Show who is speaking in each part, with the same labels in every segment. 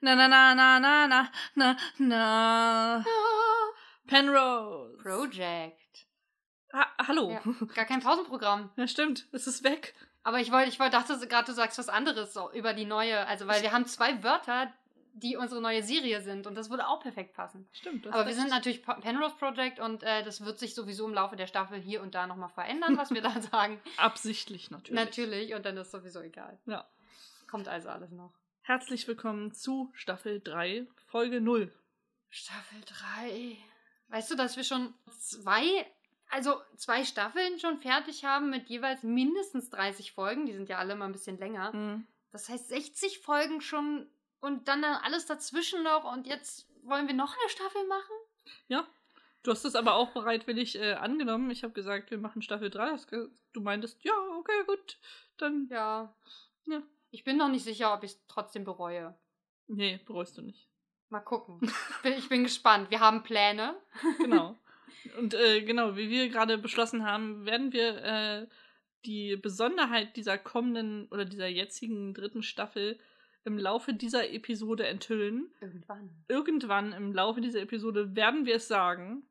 Speaker 1: Na, na, na, na, na, na, na, na. Penrose.
Speaker 2: Project.
Speaker 1: Ha hallo.
Speaker 2: Ja,
Speaker 1: Ja.
Speaker 2: gar kein Pausenprogramm.
Speaker 1: stimmt. Es ist weg.
Speaker 2: Aber ich wollte, ich wollte, dachte gerade, du sagst was anderes so über die neue. Also, weil wir haben zwei Wörter, die unsere neue Serie sind und das würde auch perfekt passen.
Speaker 1: Stimmt.
Speaker 2: Aber wir sind natürlich Pa- Penrose Project und äh, das wird sich sowieso im Laufe der Staffel hier und da nochmal verändern, was wir da sagen.
Speaker 1: absichtlich natürlich.
Speaker 2: Natürlich, und dann ist sowieso egal.
Speaker 1: Ja.
Speaker 2: Kommt also alles noch.
Speaker 1: Herzlich willkommen zu Staffel 3, Folge 0.
Speaker 2: Staffel 3. Weißt du, dass wir schon zwei, also zwei Staffeln schon fertig haben mit jeweils mindestens 30 Folgen. Die sind ja alle mal ein bisschen länger. Das heißt 60 Folgen schon und dann dann alles dazwischen noch und jetzt wollen wir noch eine Staffel machen?
Speaker 1: Du hast es aber auch bereitwillig äh, angenommen. Ich habe gesagt, wir machen Staffel 3. Hast ge- Du meintest, ja, okay, gut. Dann,
Speaker 2: Ja.
Speaker 1: Ja.
Speaker 2: Ich bin noch nicht sicher, ob ich es trotzdem bereue.
Speaker 1: nee, bereust du nicht.
Speaker 2: Mal gucken. Ich bin, ich bin gespannt. Wir haben Pläne.
Speaker 1: Genau. Und äh, genau, wie wir gerade beschlossen haben, werden wir äh, die Besonderheit dieser kommenden oder dieser jetzigen dritten Staffel im Laufe dieser Episode enthüllen.
Speaker 2: Irgendwann.
Speaker 1: irgendwann im Laufe dieser Episode werden wir es sagen.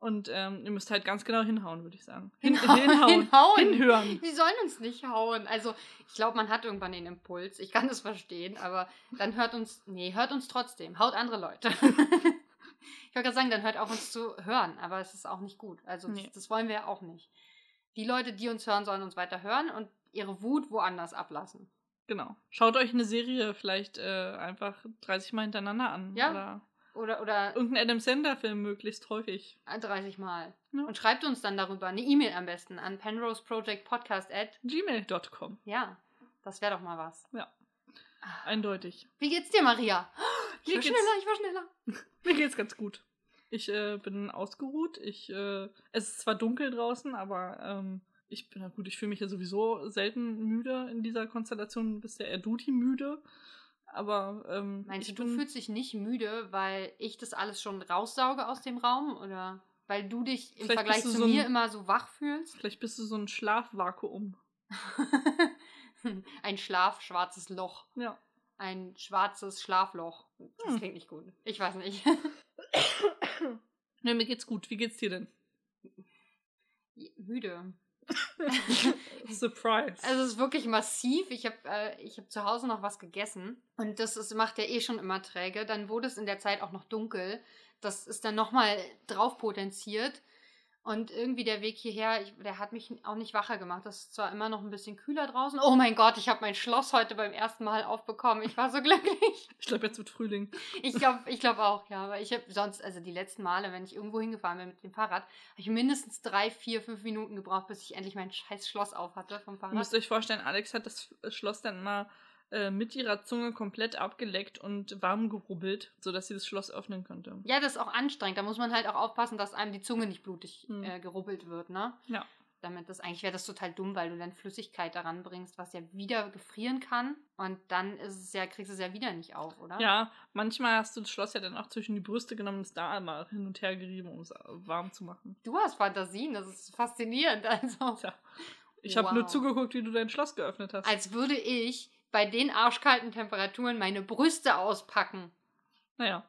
Speaker 1: Und ähm, ihr müsst halt ganz genau hinhauen, würde ich sagen. Hin hinhauen.
Speaker 2: Hinhauen.
Speaker 1: Hinhören.
Speaker 2: Die sollen uns nicht hauen. Also, ich glaube, man hat irgendwann den Impuls. Ich kann das verstehen, aber dann hört uns. Nee, hört uns trotzdem. Haut andere Leute. ich wollte gerade sagen, dann hört auf uns zu hören, aber es ist auch nicht gut. Also,
Speaker 1: Nee.
Speaker 2: das, das wollen wir ja auch nicht. Die Leute, die uns hören, sollen uns weiter hören und ihre Wut woanders ablassen.
Speaker 1: Genau. Schaut euch eine Serie vielleicht äh, einfach 30 Mal hintereinander an.
Speaker 2: Ja.
Speaker 1: Oder
Speaker 2: Oder, oder
Speaker 1: irgendeinen Adam Sandler-Film möglichst häufig.
Speaker 2: 30 Mal.
Speaker 1: Ja.
Speaker 2: Und schreibt uns dann darüber eine E-Mail am besten an penroseprojectpodcast.
Speaker 1: Gmail.com.
Speaker 2: Ja, das wäre doch mal was.
Speaker 1: Eindeutig.
Speaker 2: Wie geht's dir, Maria? Ich
Speaker 1: Mir
Speaker 2: war
Speaker 1: geht's-
Speaker 2: schneller, ich war schneller.
Speaker 1: Mir geht's ganz gut. Ich äh, bin ausgeruht. Ich, äh, es ist zwar dunkel draußen, aber ähm, ich bin na gut. Ich fühle mich ja sowieso selten müde in dieser Konstellation. Du bist ja eher du die müde. Aber ähm,
Speaker 2: Meinst
Speaker 1: ich
Speaker 2: du, du
Speaker 1: bin-
Speaker 2: fühlst dich nicht müde, weil ich das alles schon raussauge aus dem Raum? Oder weil du dich im
Speaker 1: Vielleicht
Speaker 2: Vergleich
Speaker 1: bist
Speaker 2: zu
Speaker 1: du so ein-
Speaker 2: mir immer so wach fühlst?
Speaker 1: Vielleicht bist du so ein Schlafvakuum.
Speaker 2: Ein schlafschwarzes Loch.
Speaker 1: Ja.
Speaker 2: Ein schwarzes Schlafloch. Das
Speaker 1: Hm.
Speaker 2: klingt nicht gut. Ich weiß nicht.
Speaker 1: Ne, mir geht's gut. Wie geht's dir denn?
Speaker 2: müde.
Speaker 1: Surprise.
Speaker 2: Also es ist wirklich massiv. Ich habe äh, ich hab zu Hause noch was gegessen und das ist, macht ja eh schon immer träge. Dann wurde es in der Zeit auch noch dunkel. Das ist dann nochmal drauf potenziert. Und irgendwie der Weg hierher, ich, der hat mich auch nicht wacher gemacht. Das ist zwar immer noch ein bisschen kühler draußen. Oh mein Gott, ich habe mein Schloss heute beim ersten Mal aufbekommen. Ich war so glücklich.
Speaker 1: ich glaube, jetzt wird Frühling.
Speaker 2: Ich glaube ich glaub auch, ja. Aber ich habe sonst, also die letzten Male, wenn ich irgendwo hingefahren bin mit dem Fahrrad, habe ich mindestens drei, vier, fünf Minuten gebraucht, bis ich endlich mein scheiß Schloss auf hatte vom
Speaker 1: Ihr
Speaker 2: Fahrrad.
Speaker 1: müsst euch vorstellen, Alex hat das Schloss dann mal äh, mit ihrer Zunge komplett abgeleckt und warm gerubbelt, sodass sie das Schloss öffnen konnte.
Speaker 2: Ja, das ist auch anstrengend. Da muss man halt auch aufpassen, dass einem die Zunge nicht blutig
Speaker 1: Hm.
Speaker 2: äh, gerubbelt wird, ne?
Speaker 1: Ja.
Speaker 2: Damit das, eigentlich wäre das total dumm, weil du dann Flüssigkeit daran bringst, was ja wieder gefrieren kann. Und dann ist es ja, kriegst du es ja wieder nicht auf, oder?
Speaker 1: Ja, manchmal hast du das Schloss ja dann auch zwischen die Brüste genommen und es da einmal hin und her gerieben, um es warm zu machen.
Speaker 2: Du hast Fantasien, das ist faszinierend. Also,
Speaker 1: Tja. Ich habe nur
Speaker 2: Wow. Also
Speaker 1: zugeguckt, wie du dein Schloss geöffnet hast.
Speaker 2: als würde ich bei den arschkalten Temperaturen meine Brüste auspacken.
Speaker 1: naja,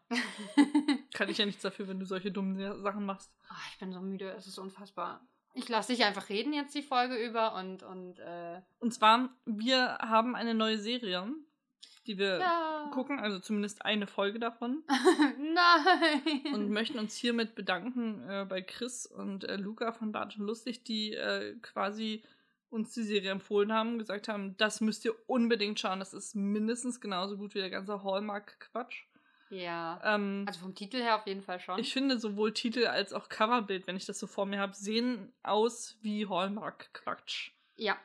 Speaker 1: kann ich ja nichts dafür, wenn du solche dummen Sachen machst.
Speaker 2: Ah, ich bin so müde, es ist unfassbar. Ich lasse dich einfach reden jetzt die Folge über und, und äh,
Speaker 1: Und zwar, wir haben eine neue Serie, die wir
Speaker 2: ja.
Speaker 1: gucken, also zumindest eine Folge davon.
Speaker 2: Nein.
Speaker 1: Und möchten uns hiermit bedanken äh, bei Chris und äh, Luca von Bart und Lustig, die äh, quasi uns die Serie empfohlen haben, gesagt haben, das müsst ihr unbedingt schauen, das ist mindestens genauso gut wie der ganze Hallmark-Quatsch.
Speaker 2: ja.
Speaker 1: Ähm,
Speaker 2: Also vom Titel her auf jeden Fall schon.
Speaker 1: ich finde sowohl Titel als auch Coverbild, wenn ich das so vor mir habe, sehen aus wie Hallmark-Quatsch.
Speaker 2: ja,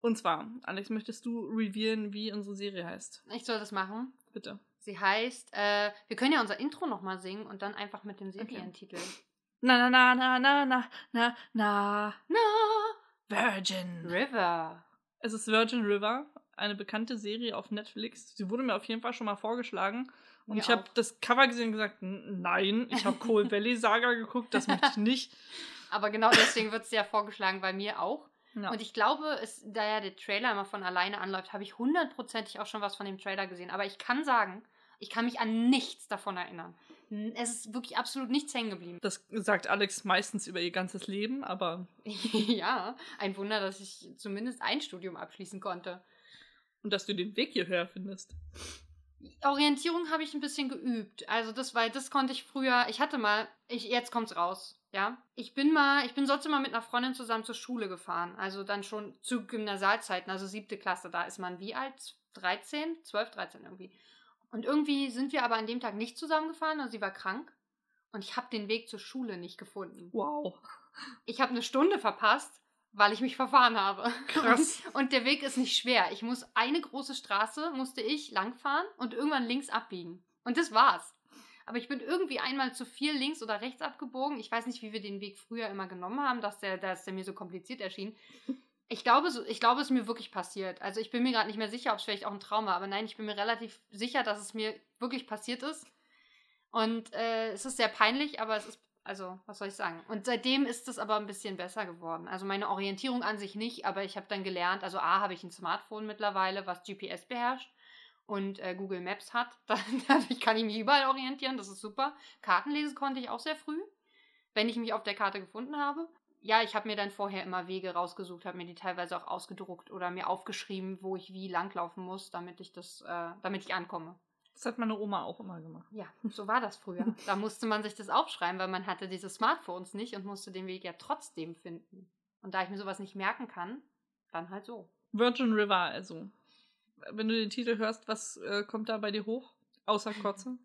Speaker 1: Und zwar, Alex, möchtest du revealen, wie unsere Serie heißt?
Speaker 2: ich soll das machen.
Speaker 1: Bitte.
Speaker 2: Sie heißt, äh, wir können ja unser Intro nochmal singen und dann einfach mit dem Serientitel.
Speaker 1: Na, na, na, na, na, na, na,
Speaker 2: Na,
Speaker 1: Virgin.
Speaker 2: River.
Speaker 1: Es ist Virgin River, eine bekannte Serie auf Netflix. Sie wurde mir auf jeden Fall schon mal vorgeschlagen. Und
Speaker 2: Mir
Speaker 1: ich habe
Speaker 2: auch.
Speaker 1: das Cover gesehen und gesagt, "N- nein, ich habe Cold Valley Saga geguckt, das möchte ich nicht.
Speaker 2: Aber genau deswegen wird es ja vorgeschlagen bei mir auch.
Speaker 1: Ja.
Speaker 2: Und ich glaube, es, da ja der Trailer immer von alleine anläuft, habe ich hundertprozentig auch schon was von dem Trailer gesehen. Aber ich kann sagen, Ich kann mich an nichts davon erinnern. Es ist wirklich absolut nichts hängen geblieben.
Speaker 1: Das sagt Alex meistens über ihr ganzes Leben, aber
Speaker 2: ja, ein Wunder, dass ich zumindest ein Studium abschließen konnte.
Speaker 1: und dass du den Weg hierher findest.
Speaker 2: Orientierung habe ich ein bisschen geübt. Also das, weil das konnte ich früher, ich hatte mal, ich, jetzt kommt's raus, ja. Ich bin mal, ich bin sonst immer mit einer Freundin zusammen zur Schule gefahren. Also dann schon zu Gymnasialzeiten, also siebte Klasse, da ist man wie alt? 13? 12, 13 irgendwie. Und irgendwie sind wir aber an dem Tag nicht zusammengefahren, also sie war krank. Und ich habe den Weg zur Schule nicht gefunden.
Speaker 1: Wow.
Speaker 2: Ich habe eine Stunde verpasst, weil ich mich verfahren habe.
Speaker 1: Krass.
Speaker 2: Und der Weg ist nicht schwer. Ich muss eine große Straße, musste ich langfahren und irgendwann links abbiegen. Und das war's. Aber ich bin irgendwie einmal zu viel links oder rechts abgebogen. Ich weiß nicht, wie wir den Weg früher immer genommen haben, dass der, dass der mir so kompliziert erschien. Ich glaube, so, ich glaube, es ist mir wirklich passiert. Also ich bin mir gerade nicht mehr sicher, ob es vielleicht auch ein Trauma, aber nein, ich bin mir relativ sicher, dass es mir wirklich passiert ist. Und äh, es ist sehr peinlich, aber es ist, also, was soll ich sagen? Und seitdem ist es aber ein bisschen besser geworden. Also meine Orientierung an sich nicht, aber ich habe dann gelernt, also A, habe ich ein Smartphone mittlerweile, was GPS beherrscht und äh, Google Maps hat. Dadurch kann ich mich überall orientieren, das ist super. Karten lesen konnte ich auch sehr früh, wenn ich mich auf der Karte gefunden habe. Ja, ich habe mir dann vorher immer Wege rausgesucht, habe mir die teilweise auch ausgedruckt oder mir aufgeschrieben, wo ich wie langlaufen muss, damit ich das, äh, damit ich ankomme.
Speaker 1: Das hat meine Oma auch immer gemacht.
Speaker 2: Ja, so war das früher. Da musste man sich das aufschreiben, weil man hatte diese Smartphones nicht und musste den Weg ja trotzdem finden. Und da ich mir sowas nicht merken kann, dann halt so.
Speaker 1: Virgin River also. Wenn du den Titel hörst, was äh, kommt da bei dir hoch? Außer Kotze?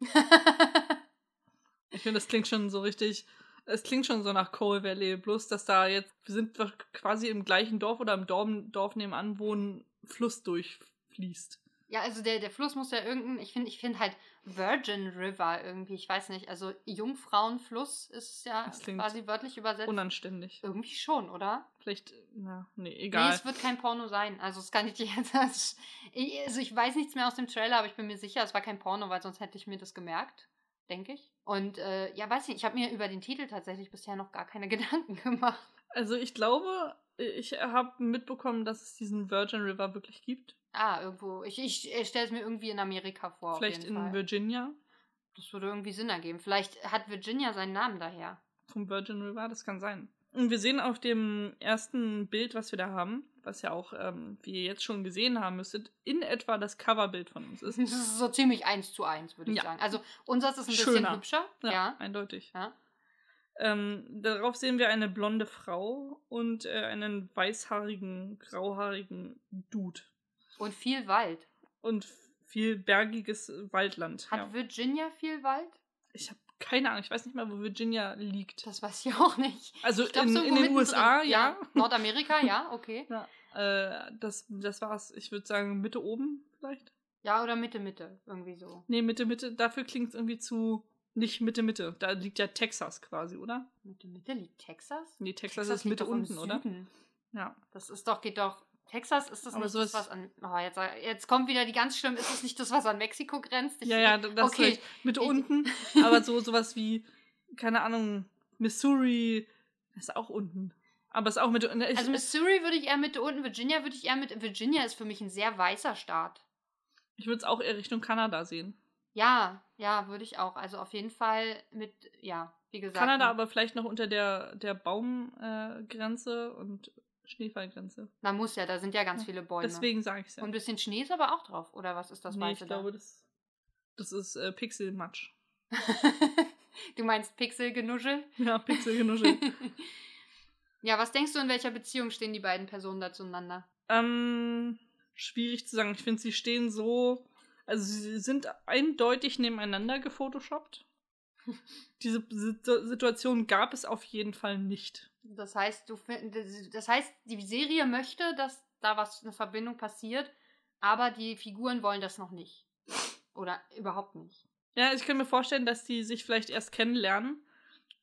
Speaker 1: Ich finde, das klingt schon so richtig. Es klingt schon so nach Coal Valley, bloß dass da jetzt, wir sind doch quasi im gleichen Dorf oder im Dorf, Dorf nebenan, wo ein Fluss durchfließt.
Speaker 2: ja, also der, der Fluss muss ja irgendein, ich finde ich find halt Virgin River irgendwie, ich weiß nicht, also Jungfrauenfluss ist es ja
Speaker 1: Das klingt
Speaker 2: quasi wörtlich übersetzt.
Speaker 1: Unanständig.
Speaker 2: irgendwie schon, oder?
Speaker 1: Vielleicht, na, nee,
Speaker 2: äh. Nee,
Speaker 1: egal.
Speaker 2: es wird kein Porno sein. Also es kann ich dir jetzt. Also ich weiß nichts mehr aus dem Trailer, aber ich bin mir sicher, es war kein Porno, weil sonst hätte ich mir das gemerkt, denke ich. Und äh, ja, weiß nicht, ich habe mir über den Titel tatsächlich bisher noch gar keine Gedanken gemacht.
Speaker 1: also ich glaube, ich habe mitbekommen, dass es diesen Virgin River wirklich gibt.
Speaker 2: Ah, irgendwo. Ich, ich stelle es mir irgendwie in Amerika vor.
Speaker 1: Vielleicht
Speaker 2: auf
Speaker 1: in
Speaker 2: jeden Fall.
Speaker 1: Virginia
Speaker 2: Das würde irgendwie Sinn ergeben. Vielleicht hat Virginia seinen Namen daher.
Speaker 1: vom Virgin River, das kann sein. Und wir sehen auf dem ersten Bild, was wir da haben, was ja auch, ähm, wie ihr jetzt schon gesehen haben müsstet, in etwa das Coverbild von uns ist.
Speaker 2: Das ist so ziemlich eins zu eins, würde ich
Speaker 1: Ja.
Speaker 2: sagen. Also unseres ist ein bisschen
Speaker 1: Schöner.
Speaker 2: hübscher.
Speaker 1: Ja,
Speaker 2: ja.
Speaker 1: eindeutig.
Speaker 2: Ja.
Speaker 1: Ähm, darauf sehen wir eine blonde Frau und äh, einen weißhaarigen, grauhaarigen Dude.
Speaker 2: Und viel Wald.
Speaker 1: Und f- viel bergiges Waldland.
Speaker 2: Hat
Speaker 1: Ja.
Speaker 2: Virginia viel Wald?
Speaker 1: Ich habe keine Ahnung, ich weiß nicht mal, wo Virginia liegt.
Speaker 2: Das weiß ich auch nicht.
Speaker 1: Also
Speaker 2: Ich glaub,
Speaker 1: in,
Speaker 2: so
Speaker 1: in den
Speaker 2: mittendrin.
Speaker 1: USA, ja.
Speaker 2: Nordamerika, ja, okay.
Speaker 1: Äh, das, das war's. Ich würde sagen, Mitte oben vielleicht.
Speaker 2: Ja, oder Mitte, Mitte, irgendwie so.
Speaker 1: Nee, Mitte, Mitte. Dafür klingt es irgendwie zu. Nicht Mitte, Mitte. Da liegt ja Texas quasi, oder?
Speaker 2: Mitte, Mitte liegt Texas?
Speaker 1: Nee, Texas, ist
Speaker 2: liegt
Speaker 1: Mitte
Speaker 2: doch im
Speaker 1: unten, oder?
Speaker 2: Süden.
Speaker 1: Ja.
Speaker 2: Das ist doch, geht doch. Texas ist das
Speaker 1: Aber
Speaker 2: nicht
Speaker 1: sowas-
Speaker 2: das, was an. Oh, jetzt, jetzt kommt wieder die ganz schlimm, ist das nicht das, was an Mexiko grenzt? Ich-
Speaker 1: Ja, ja, d- das
Speaker 2: okay.
Speaker 1: okay. Mitte
Speaker 2: Ich-
Speaker 1: unten. Aber so sowas wie, keine Ahnung, Missouri ist auch unten. Aber ist auch Mitte. Ich,
Speaker 2: Also Missouri würde ich eher Mitte unten, Virginia würde ich eher mit. Virginia ist für mich ein sehr weißer Staat.
Speaker 1: ich würde es auch eher Richtung Kanada sehen.
Speaker 2: Ja, ja, würde ich auch. Also auf jeden Fall mit, ja, wie gesagt.
Speaker 1: Kanada aber vielleicht noch unter der, der Baumgrenze äh, Grenze und Schneefallgrenze.
Speaker 2: Na muss ja, da sind ja ganz viele Bäume.
Speaker 1: Deswegen sage ich es ja.
Speaker 2: Und ein bisschen Schnee ist aber auch drauf, oder was ist das
Speaker 1: nee, ich
Speaker 2: Weiße da?
Speaker 1: glaube, das, das ist äh, Pixelmatsch.
Speaker 2: du meinst Pixelgenuschel?
Speaker 1: Ja, Pixelgenuschel.
Speaker 2: ja, was denkst du, in welcher Beziehung stehen die beiden Personen da zueinander?
Speaker 1: ähm, schwierig zu sagen. Ich finde, sie stehen so. Also, sie sind eindeutig nebeneinander gefotoshoppt. Diese Situ- Situation gab es auf jeden Fall nicht.
Speaker 2: Das heißt, du find- das heißt, die Serie möchte, dass da was eine Verbindung passiert, aber die Figuren wollen das noch nicht. Oder überhaupt nicht.
Speaker 1: Ja, also ich kann mir vorstellen, dass die sich vielleicht erst kennenlernen.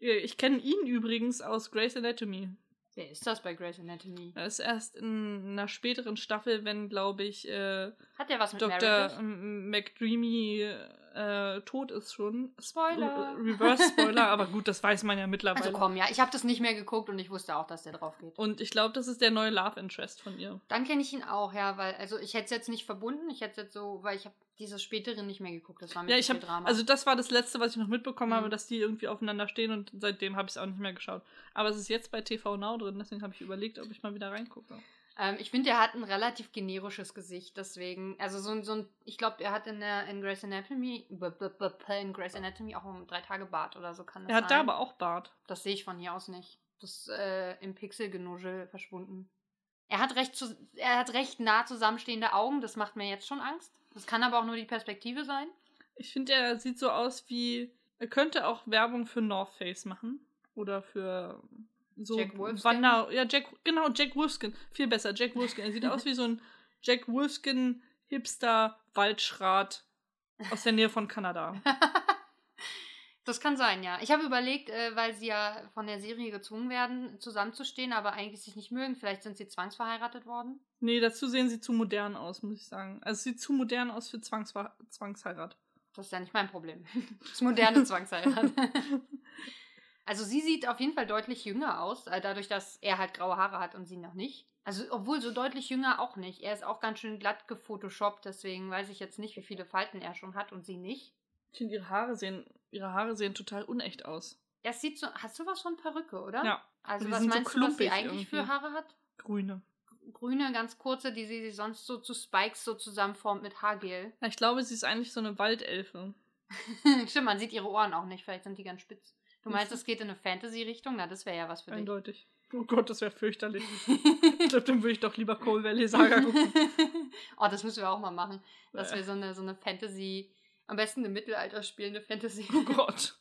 Speaker 1: Äh, Ich kenne ihn übrigens aus Grey's Anatomy.
Speaker 2: Wer ist das bei Grey's Anatomy?
Speaker 1: Er ist erst in einer späteren Staffel, wenn, glaube ich, äh,
Speaker 2: Hat der was mit Meredith?
Speaker 1: Dr. M- McDreamy äh, äh, tot ist schon.
Speaker 2: Spoiler.
Speaker 1: Re- Reverse-Spoiler, aber gut, das weiß man ja mittlerweile.
Speaker 2: Also komm, ja, ich habe das nicht mehr geguckt und ich wusste auch, dass der drauf geht.
Speaker 1: Und ich glaube, das ist der neue Love Interest von ihr.
Speaker 2: Dann kenne ich ihn auch, ja, weil, also ich hätte es jetzt nicht verbunden, ich hätte es jetzt so, weil ich habe dieses spätere nicht mehr geguckt, das war mir
Speaker 1: Ja,
Speaker 2: zu
Speaker 1: ich
Speaker 2: viel
Speaker 1: habe
Speaker 2: Drama.
Speaker 1: also das war das letzte, was ich noch mitbekommen
Speaker 2: Mhm.
Speaker 1: habe, dass die irgendwie aufeinander stehen und seitdem habe ich es auch nicht mehr geschaut. Aber es ist jetzt bei TV Now drin, deswegen habe ich überlegt, ob ich mal wieder reingucke.
Speaker 2: Ähm, ich finde, er hat ein relativ generisches Gesicht, deswegen, also so ein, so ein ich glaube, er hat in, der, in Grey's Anatomy, b- b- b- in Grey's Anatomy auch um drei Tage Bart oder so kann das
Speaker 1: Er hat
Speaker 2: sein.
Speaker 1: da aber auch Bart.
Speaker 2: Das sehe ich von hier aus nicht. Das ist äh, im Pixelgenuschel verschwunden. Er hat, recht zu, er hat recht nah zusammenstehende Augen, das macht mir jetzt schon Angst. Das kann aber auch nur die Perspektive sein.
Speaker 1: Ich finde, er sieht so aus wie er könnte auch Werbung für North Face machen oder für so
Speaker 2: Jack Wolfskin?
Speaker 1: Wander ja Jack genau Jack Wolfskin, viel besser Jack Wolfskin. Er sieht aus wie so ein Jack Wolfskin Hipster Waldschrat aus der Nähe von Kanada.
Speaker 2: Das kann sein, ja. Ich habe überlegt, äh, weil sie ja von der Serie gezwungen werden, zusammenzustehen, aber eigentlich sich nicht mögen. Vielleicht sind sie zwangsverheiratet worden.
Speaker 1: Nee, dazu sehen sie zu modern aus, muss ich sagen. Also es sieht zu modern aus für Zwangsver Zwangsheirat.
Speaker 2: Das ist ja nicht mein Problem. Das moderne Zwangsheirat. also sie sieht auf jeden Fall deutlich jünger aus, äh, dadurch, dass er halt graue Haare hat und sie noch nicht. Also obwohl so deutlich jünger auch nicht. Er ist auch ganz schön glatt gefotoshoppt, deswegen weiß ich jetzt nicht, wie viele Falten er schon hat und sie nicht.
Speaker 1: Ich finde, ihre Haare sehen, ihre Haare sehen total unecht aus.
Speaker 2: Er sieht so, hast du was von Perücke, oder?
Speaker 1: Ja,
Speaker 2: Also
Speaker 1: die
Speaker 2: was
Speaker 1: sind so
Speaker 2: meinst du, was sie
Speaker 1: klumpig
Speaker 2: eigentlich für
Speaker 1: irgendwie.
Speaker 2: Haare hat?
Speaker 1: grüne.
Speaker 2: grüne, ganz kurze, die sie sonst so zu Spikes so zusammenformt mit Haargel.
Speaker 1: Ja, Ich glaube, sie ist eigentlich so eine Waldelfe.
Speaker 2: Stimmt, man sieht ihre Ohren auch nicht, vielleicht sind die ganz spitz. Du meinst, es geht in eine Fantasy-Richtung? Na, das wäre ja was für dich.
Speaker 1: Eindeutig. Oh Gott, das wäre fürchterlich. ich glaube, dann würde ich doch lieber Cold Valley Saga gucken.
Speaker 2: oh, das müssen wir auch mal machen, dass
Speaker 1: Äh,
Speaker 2: wir so eine, so eine Fantasy, am besten im Mittelalter spielende Fantasy.
Speaker 1: oh Gott.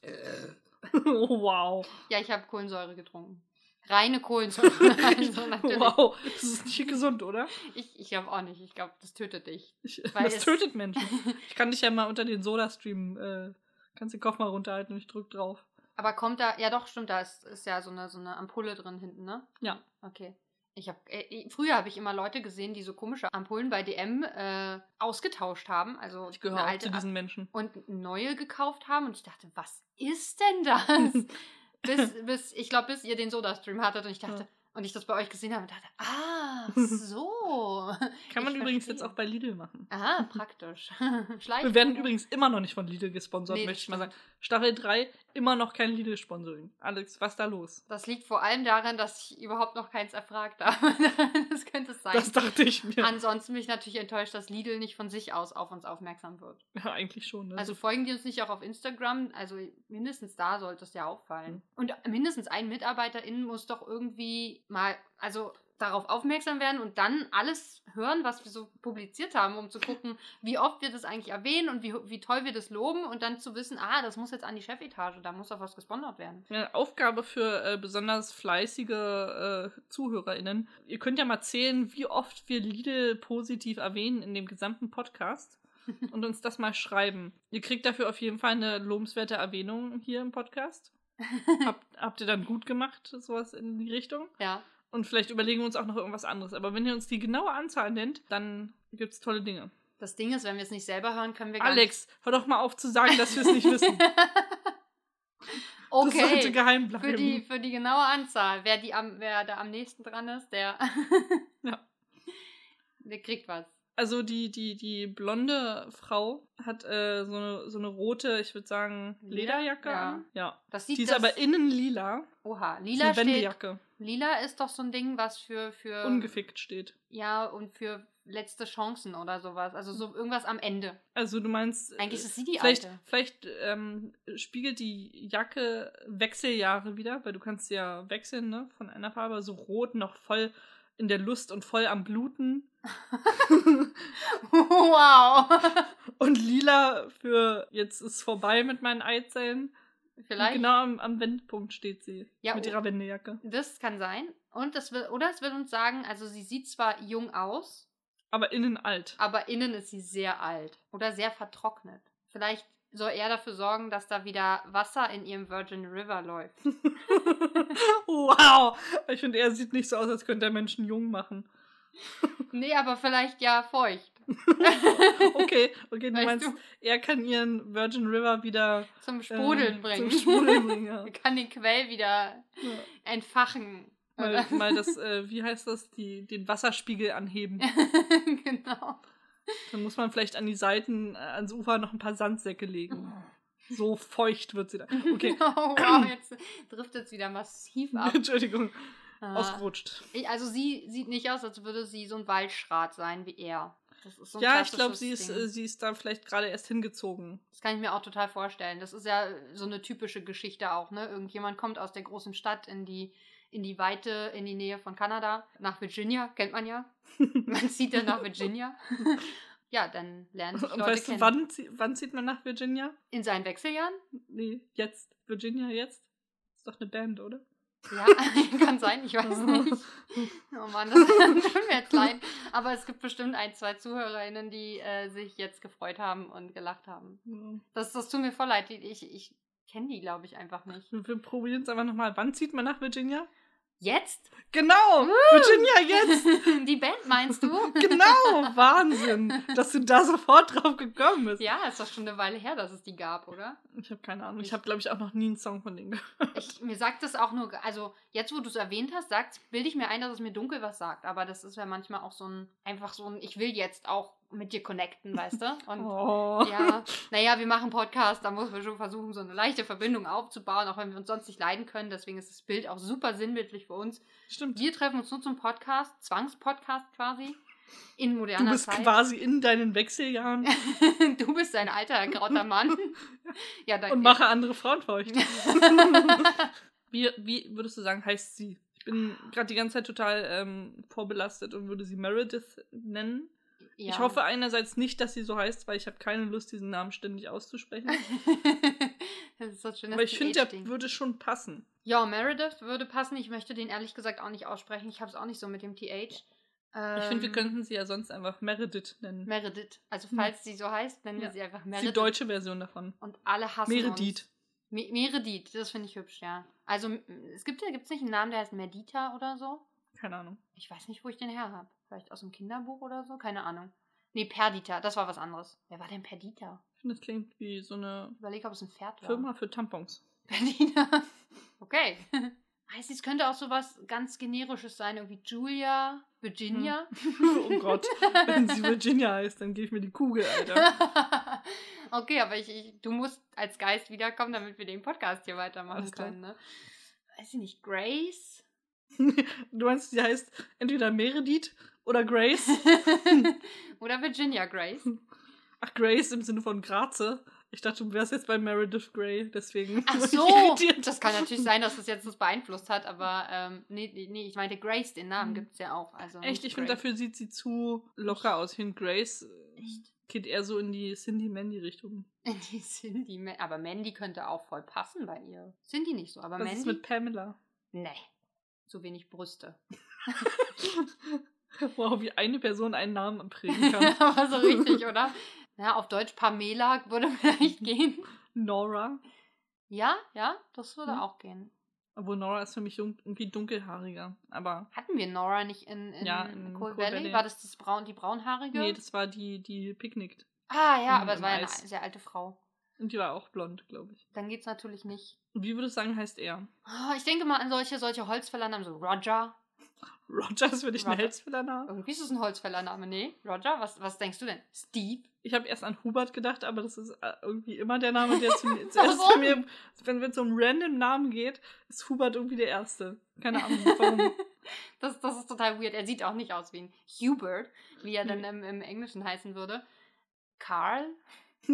Speaker 1: oh, wow.
Speaker 2: ja, ich habe Kohlensäure getrunken. Reine Kohlensäure. also natürlich.
Speaker 1: wow. Das ist nicht gesund, oder?
Speaker 2: Ich, ich glaube auch nicht. Ich glaube, das tötet dich.
Speaker 1: Ich,
Speaker 2: Weil
Speaker 1: das
Speaker 2: es-
Speaker 1: tötet Menschen. Ich kann dich ja mal unter den Soda-Stream, äh, kannst den Kopf mal runterhalten und ich drück drauf.
Speaker 2: Aber kommt da, ja doch, stimmt, da ist, ist ja so eine, so eine Ampulle drin hinten, ne?
Speaker 1: Ja.
Speaker 2: Okay. Ich hab, äh, ich- früher habe ich immer Leute gesehen, die so komische Ampullen bei DM äh, ausgetauscht haben. Also
Speaker 1: Ich gehöre auch zu diesen Menschen.
Speaker 2: und neue gekauft haben. Und ich dachte, was ist denn das? bis, bis, ich glaube, bis ihr den Soda-Stream hattet und ich dachte,
Speaker 1: Ja.
Speaker 2: und ich das bei euch gesehen habe und dachte, ah, so.
Speaker 1: Kann man
Speaker 2: Ich
Speaker 1: übrigens jetzt
Speaker 2: verstehe.
Speaker 1: auch bei Lidl machen.
Speaker 2: Aha, praktisch. Schleichen.
Speaker 1: Wir werden übrigens immer noch nicht von Lidl gesponsert,
Speaker 2: Nee, das
Speaker 1: möchte ich mal
Speaker 2: stimmt.
Speaker 1: sagen. Staffel 3, immer noch kein Lidl-Sponsoring. Alex, was da los?
Speaker 2: Das liegt vor allem daran, dass ich überhaupt noch keins erfragt habe. das könnte es sein.
Speaker 1: Das dachte ich mir.
Speaker 2: Ansonsten bin ich natürlich enttäuscht, dass Lidl nicht von sich aus auf uns aufmerksam wird.
Speaker 1: ja, eigentlich schon. Ne?
Speaker 2: Also folgen die uns nicht auch auf Instagram? Also mindestens da sollte es ja
Speaker 1: Mhm.
Speaker 2: auffallen. Und mindestens ein MitarbeiterInnen muss doch irgendwie mal, also darauf aufmerksam werden und dann alles hören, was wir so publiziert haben, um zu gucken, wie oft wir das eigentlich erwähnen und wie, wie toll wir das loben und dann zu wissen, ah, das muss jetzt an die Chefetage, da muss doch was gesponsert werden.
Speaker 1: eine Aufgabe für äh, besonders fleißige äh, ZuhörerInnen. Ihr könnt ja mal zählen, wie oft wir Lidl positiv erwähnen in dem gesamten Podcast und uns das mal schreiben. Ihr kriegt dafür auf jeden Fall eine lobenswerte Erwähnung hier im Podcast. Habt, habt ihr dann gut gemacht, sowas in die Richtung?
Speaker 2: Ja.
Speaker 1: Und vielleicht überlegen wir uns auch noch irgendwas anderes. Aber wenn ihr uns die genaue Anzahl nennt, dann gibt's tolle Dinge.
Speaker 2: Das Ding ist, wenn wir es nicht selber hören, können wir gar
Speaker 1: Alex, hör doch mal auf zu sagen, dass wir es nicht wissen.
Speaker 2: nicht.
Speaker 1: Das
Speaker 2: Okay.
Speaker 1: sollte geheim bleiben.
Speaker 2: Für die, für die genaue Anzahl. Wer, die am, wer da am nächsten dran ist, der,
Speaker 1: Ja.
Speaker 2: der kriegt was.
Speaker 1: Also die, die, die blonde Frau hat äh, so, eine, so eine rote, ich würde sagen,
Speaker 2: Lila?
Speaker 1: Lederjacke
Speaker 2: Ja.
Speaker 1: an. Ja.
Speaker 2: Das sieht
Speaker 1: Die ist
Speaker 2: das,
Speaker 1: aber innen lila.
Speaker 2: Oha,
Speaker 1: Lila
Speaker 2: lila
Speaker 1: eine
Speaker 2: steht. äh,
Speaker 1: Wendejacke.
Speaker 2: Lila ist doch so ein Ding, was für. für
Speaker 1: Ungefickt steht.
Speaker 2: Ja, und für letzte Chancen oder sowas. Also so irgendwas am Ende.
Speaker 1: Also du meinst. äh,
Speaker 2: Eigentlich ist sie die
Speaker 1: Vielleicht,
Speaker 2: alte.
Speaker 1: vielleicht ähm, spiegelt die Jacke Wechseljahre wieder, weil du kannst sie ja wechseln, ne? Von einer Farbe so rot noch voll in der Lust und voll am Bluten.
Speaker 2: wow.
Speaker 1: Und lila für jetzt ist vorbei mit meinen Eizellen. Und
Speaker 2: Vielleicht.
Speaker 1: genau am, am Wendpunkt steht sie.
Speaker 2: Ja,
Speaker 1: mit
Speaker 2: oh.
Speaker 1: ihrer Wendejacke.
Speaker 2: Das kann sein. Und das will, oder es will uns sagen, also sie sieht zwar jung aus,
Speaker 1: Aber innen alt.
Speaker 2: aber innen ist sie sehr alt oder sehr vertrocknet. Vielleicht soll er dafür sorgen, dass da wieder Wasser in ihrem Virgin River läuft.
Speaker 1: wow! Ich finde, er sieht nicht so aus, als könnte er Menschen jung machen.
Speaker 2: Nee, aber vielleicht ja feucht.
Speaker 1: okay, okay, du
Speaker 2: Weißt
Speaker 1: meinst,
Speaker 2: du?
Speaker 1: er kann ihren Virgin River wieder
Speaker 2: Zum
Speaker 1: äh,
Speaker 2: Sprudeln bringen.
Speaker 1: Zum Sprudeln bringen, ja.
Speaker 2: Er kann den Quell wieder
Speaker 1: ja.
Speaker 2: entfachen.
Speaker 1: Mal,
Speaker 2: Oder?
Speaker 1: mal das, äh, wie heißt das, die, den Wasserspiegel anheben.
Speaker 2: genau.
Speaker 1: Dann muss man vielleicht an die Seiten, äh, ans Ufer noch ein paar Sandsäcke legen. So feucht wird sie da. Okay,
Speaker 2: Oh, wow, jetzt driftet es wieder massiv ab.
Speaker 1: Entschuldigung,
Speaker 2: Ah.
Speaker 1: ausgerutscht.
Speaker 2: Ich- Also sie sieht nicht aus, als würde sie so ein Waldschrat sein wie er. Das ist so ein
Speaker 1: ja, ich glaube,
Speaker 2: klassisches
Speaker 1: sie ist,
Speaker 2: Ding.
Speaker 1: äh, sie ist da vielleicht gerade erst hingezogen.
Speaker 2: Das kann ich mir auch total vorstellen. Das ist ja so eine typische Geschichte auch, ne? Irgendjemand kommt aus der großen Stadt in die, in die Weite, in die Nähe von Kanada, nach Virginia, kennt man ja. Man zieht ja nach Virginia. ja, dann lernen sich
Speaker 1: Und
Speaker 2: Leute
Speaker 1: weißt du,
Speaker 2: kennen.
Speaker 1: wann, zie- wann zieht man nach Virginia?
Speaker 2: In seinen Wechseljahren?
Speaker 1: Nee, jetzt. Virginia jetzt? Ist doch eine Band, oder?
Speaker 2: Ja, kann sein, ich weiß nicht. Oh Mann, das tut mir jetzt leid. Aber es gibt bestimmt ein, zwei ZuhörerInnen, die äh, sich jetzt gefreut haben und gelacht haben.
Speaker 1: Ja.
Speaker 2: Das, das tut mir voll leid. die- Ich, ich kenne die, glaube ich, einfach nicht.
Speaker 1: Wir, wir probieren es einfach nochmal. Wann zieht man nach Virginia?
Speaker 2: Jetzt?
Speaker 1: Genau! Virginia jetzt!
Speaker 2: die Band meinst du?
Speaker 1: Genau! Wahnsinn! Dass du da sofort drauf gekommen bist.
Speaker 2: Ja, ist doch schon eine Weile her, dass es die gab, oder?
Speaker 1: Ich habe keine Ahnung. Ich habe, glaube ich, auch noch nie einen Song von denen gehört.
Speaker 2: Ich, mir sagt das auch nur, ge- also jetzt, wo du es erwähnt hast, sagt, bilde ich mir ein, dass es mir dunkel was sagt. Aber das ist ja manchmal auch so ein, einfach so ein, ich will jetzt auch mit dir connecten, weißt du? Und
Speaker 1: Oh.
Speaker 2: ja, naja, wir machen Podcast, da muss man schon versuchen, so eine leichte Verbindung aufzubauen, auch wenn wir uns sonst nicht leiden können. Deswegen ist das Bild auch super sinnbildlich für uns.
Speaker 1: Stimmt.
Speaker 2: Wir treffen uns nur zum Podcast, Zwangspodcast quasi, in
Speaker 1: Du
Speaker 2: moderner
Speaker 1: bist
Speaker 2: Zeit.
Speaker 1: quasi in deinen Wechseljahren
Speaker 2: du bist ein alter, grauter Mann. ja, danke.
Speaker 1: und mache andere Frauen feucht. Wie, wie würdest du sagen, heißt sie? Ich bin gerade die ganze Zeit total ähm, vorbelastet und würde sie Meredith nennen.
Speaker 2: Ja.
Speaker 1: Ich hoffe einerseits nicht, dass sie so heißt, weil ich habe keine Lust, diesen Namen ständig auszusprechen.
Speaker 2: das ist so schön,
Speaker 1: Aber ich finde, der
Speaker 2: Ding.
Speaker 1: würde schon passen.
Speaker 2: Ja, Meredith würde passen. Ich möchte den ehrlich gesagt auch nicht aussprechen. Ich habe es auch nicht so mit dem TH.
Speaker 1: Ich finde, wir
Speaker 2: Ähm,
Speaker 1: könnten sie ja sonst einfach Meredith nennen.
Speaker 2: Meredith. Also
Speaker 1: Hm.
Speaker 2: falls sie so heißt, nennen wir
Speaker 1: Ja.
Speaker 2: sie einfach
Speaker 1: Das ist die
Speaker 2: Meredith.
Speaker 1: deutsche Version davon.
Speaker 2: Und alle hassen
Speaker 1: Meredith.
Speaker 2: uns. Me Meredith, das finde ich hübsch, ja. Also m- es gibt ja, gibt's nicht einen Namen, der heißt Medita oder so?
Speaker 1: Keine Ahnung.
Speaker 2: Ich weiß nicht, wo ich den her habe. Vielleicht aus dem Kinderbuch oder so? Keine Ahnung. Nee, Perdita, das war was anderes. Wer war denn Perdita?
Speaker 1: Ich finde, das klingt wie so eine
Speaker 2: Ich überlege, ob es ein Pferd war.
Speaker 1: Firma für Tampons.
Speaker 2: Perdita. Okay. Weiß nicht, es könnte auch sowas ganz generisches sein, irgendwie Julia, Virginia.
Speaker 1: oh Gott, wenn sie Virginia heißt, dann gebe ich mir die Kugel, Alter.
Speaker 2: okay, aber ich, ich, du musst als Geist wiederkommen, damit wir den Podcast hier weitermachen
Speaker 1: Alles klar.
Speaker 2: können. Ne? Weiß ich nicht, Grace?
Speaker 1: Du meinst, sie heißt entweder Meredith oder Grace.
Speaker 2: Oder Virginia Grace?
Speaker 1: Ach, Grace im Sinne von Graze. Ich dachte, du wärst jetzt bei Meredith Grey, deswegen.
Speaker 2: Ach
Speaker 1: war ich
Speaker 2: so,
Speaker 1: irritiert.
Speaker 2: das kann natürlich sein, dass das jetzt das beeinflusst hat, aber ähm, nee, nee, nee, ich meinte Grace, den Namen
Speaker 1: Mhm.
Speaker 2: gibt es ja auch. Also
Speaker 1: Echt,
Speaker 2: nicht
Speaker 1: ich finde,
Speaker 2: Grace.
Speaker 1: dafür sieht sie zu locker aus. Ich finde, Grace äh,
Speaker 2: Echt?
Speaker 1: geht eher so in die Cindy-Mandy-Richtung.
Speaker 2: Die Cindy, Ma- aber Mandy könnte auch voll passen bei ihr. Cindy nicht so, aber
Speaker 1: Was ist
Speaker 2: Mandy?
Speaker 1: mit Pamela?
Speaker 2: nee, zu wenig Brüste.
Speaker 1: Wow, wie eine Person einen Namen prägen kann.
Speaker 2: aber so richtig, oder? Ja, auf Deutsch Pamela würde vielleicht
Speaker 1: Mhm.
Speaker 2: gehen.
Speaker 1: Nora.
Speaker 2: Ja, ja, das würde
Speaker 1: Mhm.
Speaker 2: auch gehen.
Speaker 1: Obwohl Nora ist für mich jung- irgendwie dunkelhaariger. Aber
Speaker 2: Hatten wir Nora nicht in, in,
Speaker 1: Ja,
Speaker 2: in
Speaker 1: in
Speaker 2: Coal
Speaker 1: Coal
Speaker 2: Valley?
Speaker 1: Valley.
Speaker 2: War das, das Braun, die braunhaarige?
Speaker 1: nee, das Hm, war die, die picknickt.
Speaker 2: ah ja,
Speaker 1: im-
Speaker 2: aber es
Speaker 1: im
Speaker 2: war ja eine
Speaker 1: Eis.
Speaker 2: sehr alte Frau.
Speaker 1: Und die war auch blond, glaube ich.
Speaker 2: Dann geht's natürlich nicht.
Speaker 1: Und Wie würdest du sagen, heißt er?
Speaker 2: Oh, ich denke mal an solche, solche Holzfällernamen, so Roger.
Speaker 1: Roger ist für dich ein
Speaker 2: Roger.
Speaker 1: Helzfällername.
Speaker 2: Irgendwie ist es ein Holzfällername, nee? Roger? Was, was denkst du denn? Steve?
Speaker 1: Ich habe erst an Hubert gedacht, aber das ist äh, irgendwie immer der Name, der zu mir, zuerst
Speaker 2: Warum?
Speaker 1: zu mir wenn es um random Namen geht, ist Hubert irgendwie der Erste. Keine Ahnung, warum.
Speaker 2: Das, das ist total weird. Er sieht auch nicht aus wie ein Hubert, wie er dann im, im Englischen heißen würde. Carl?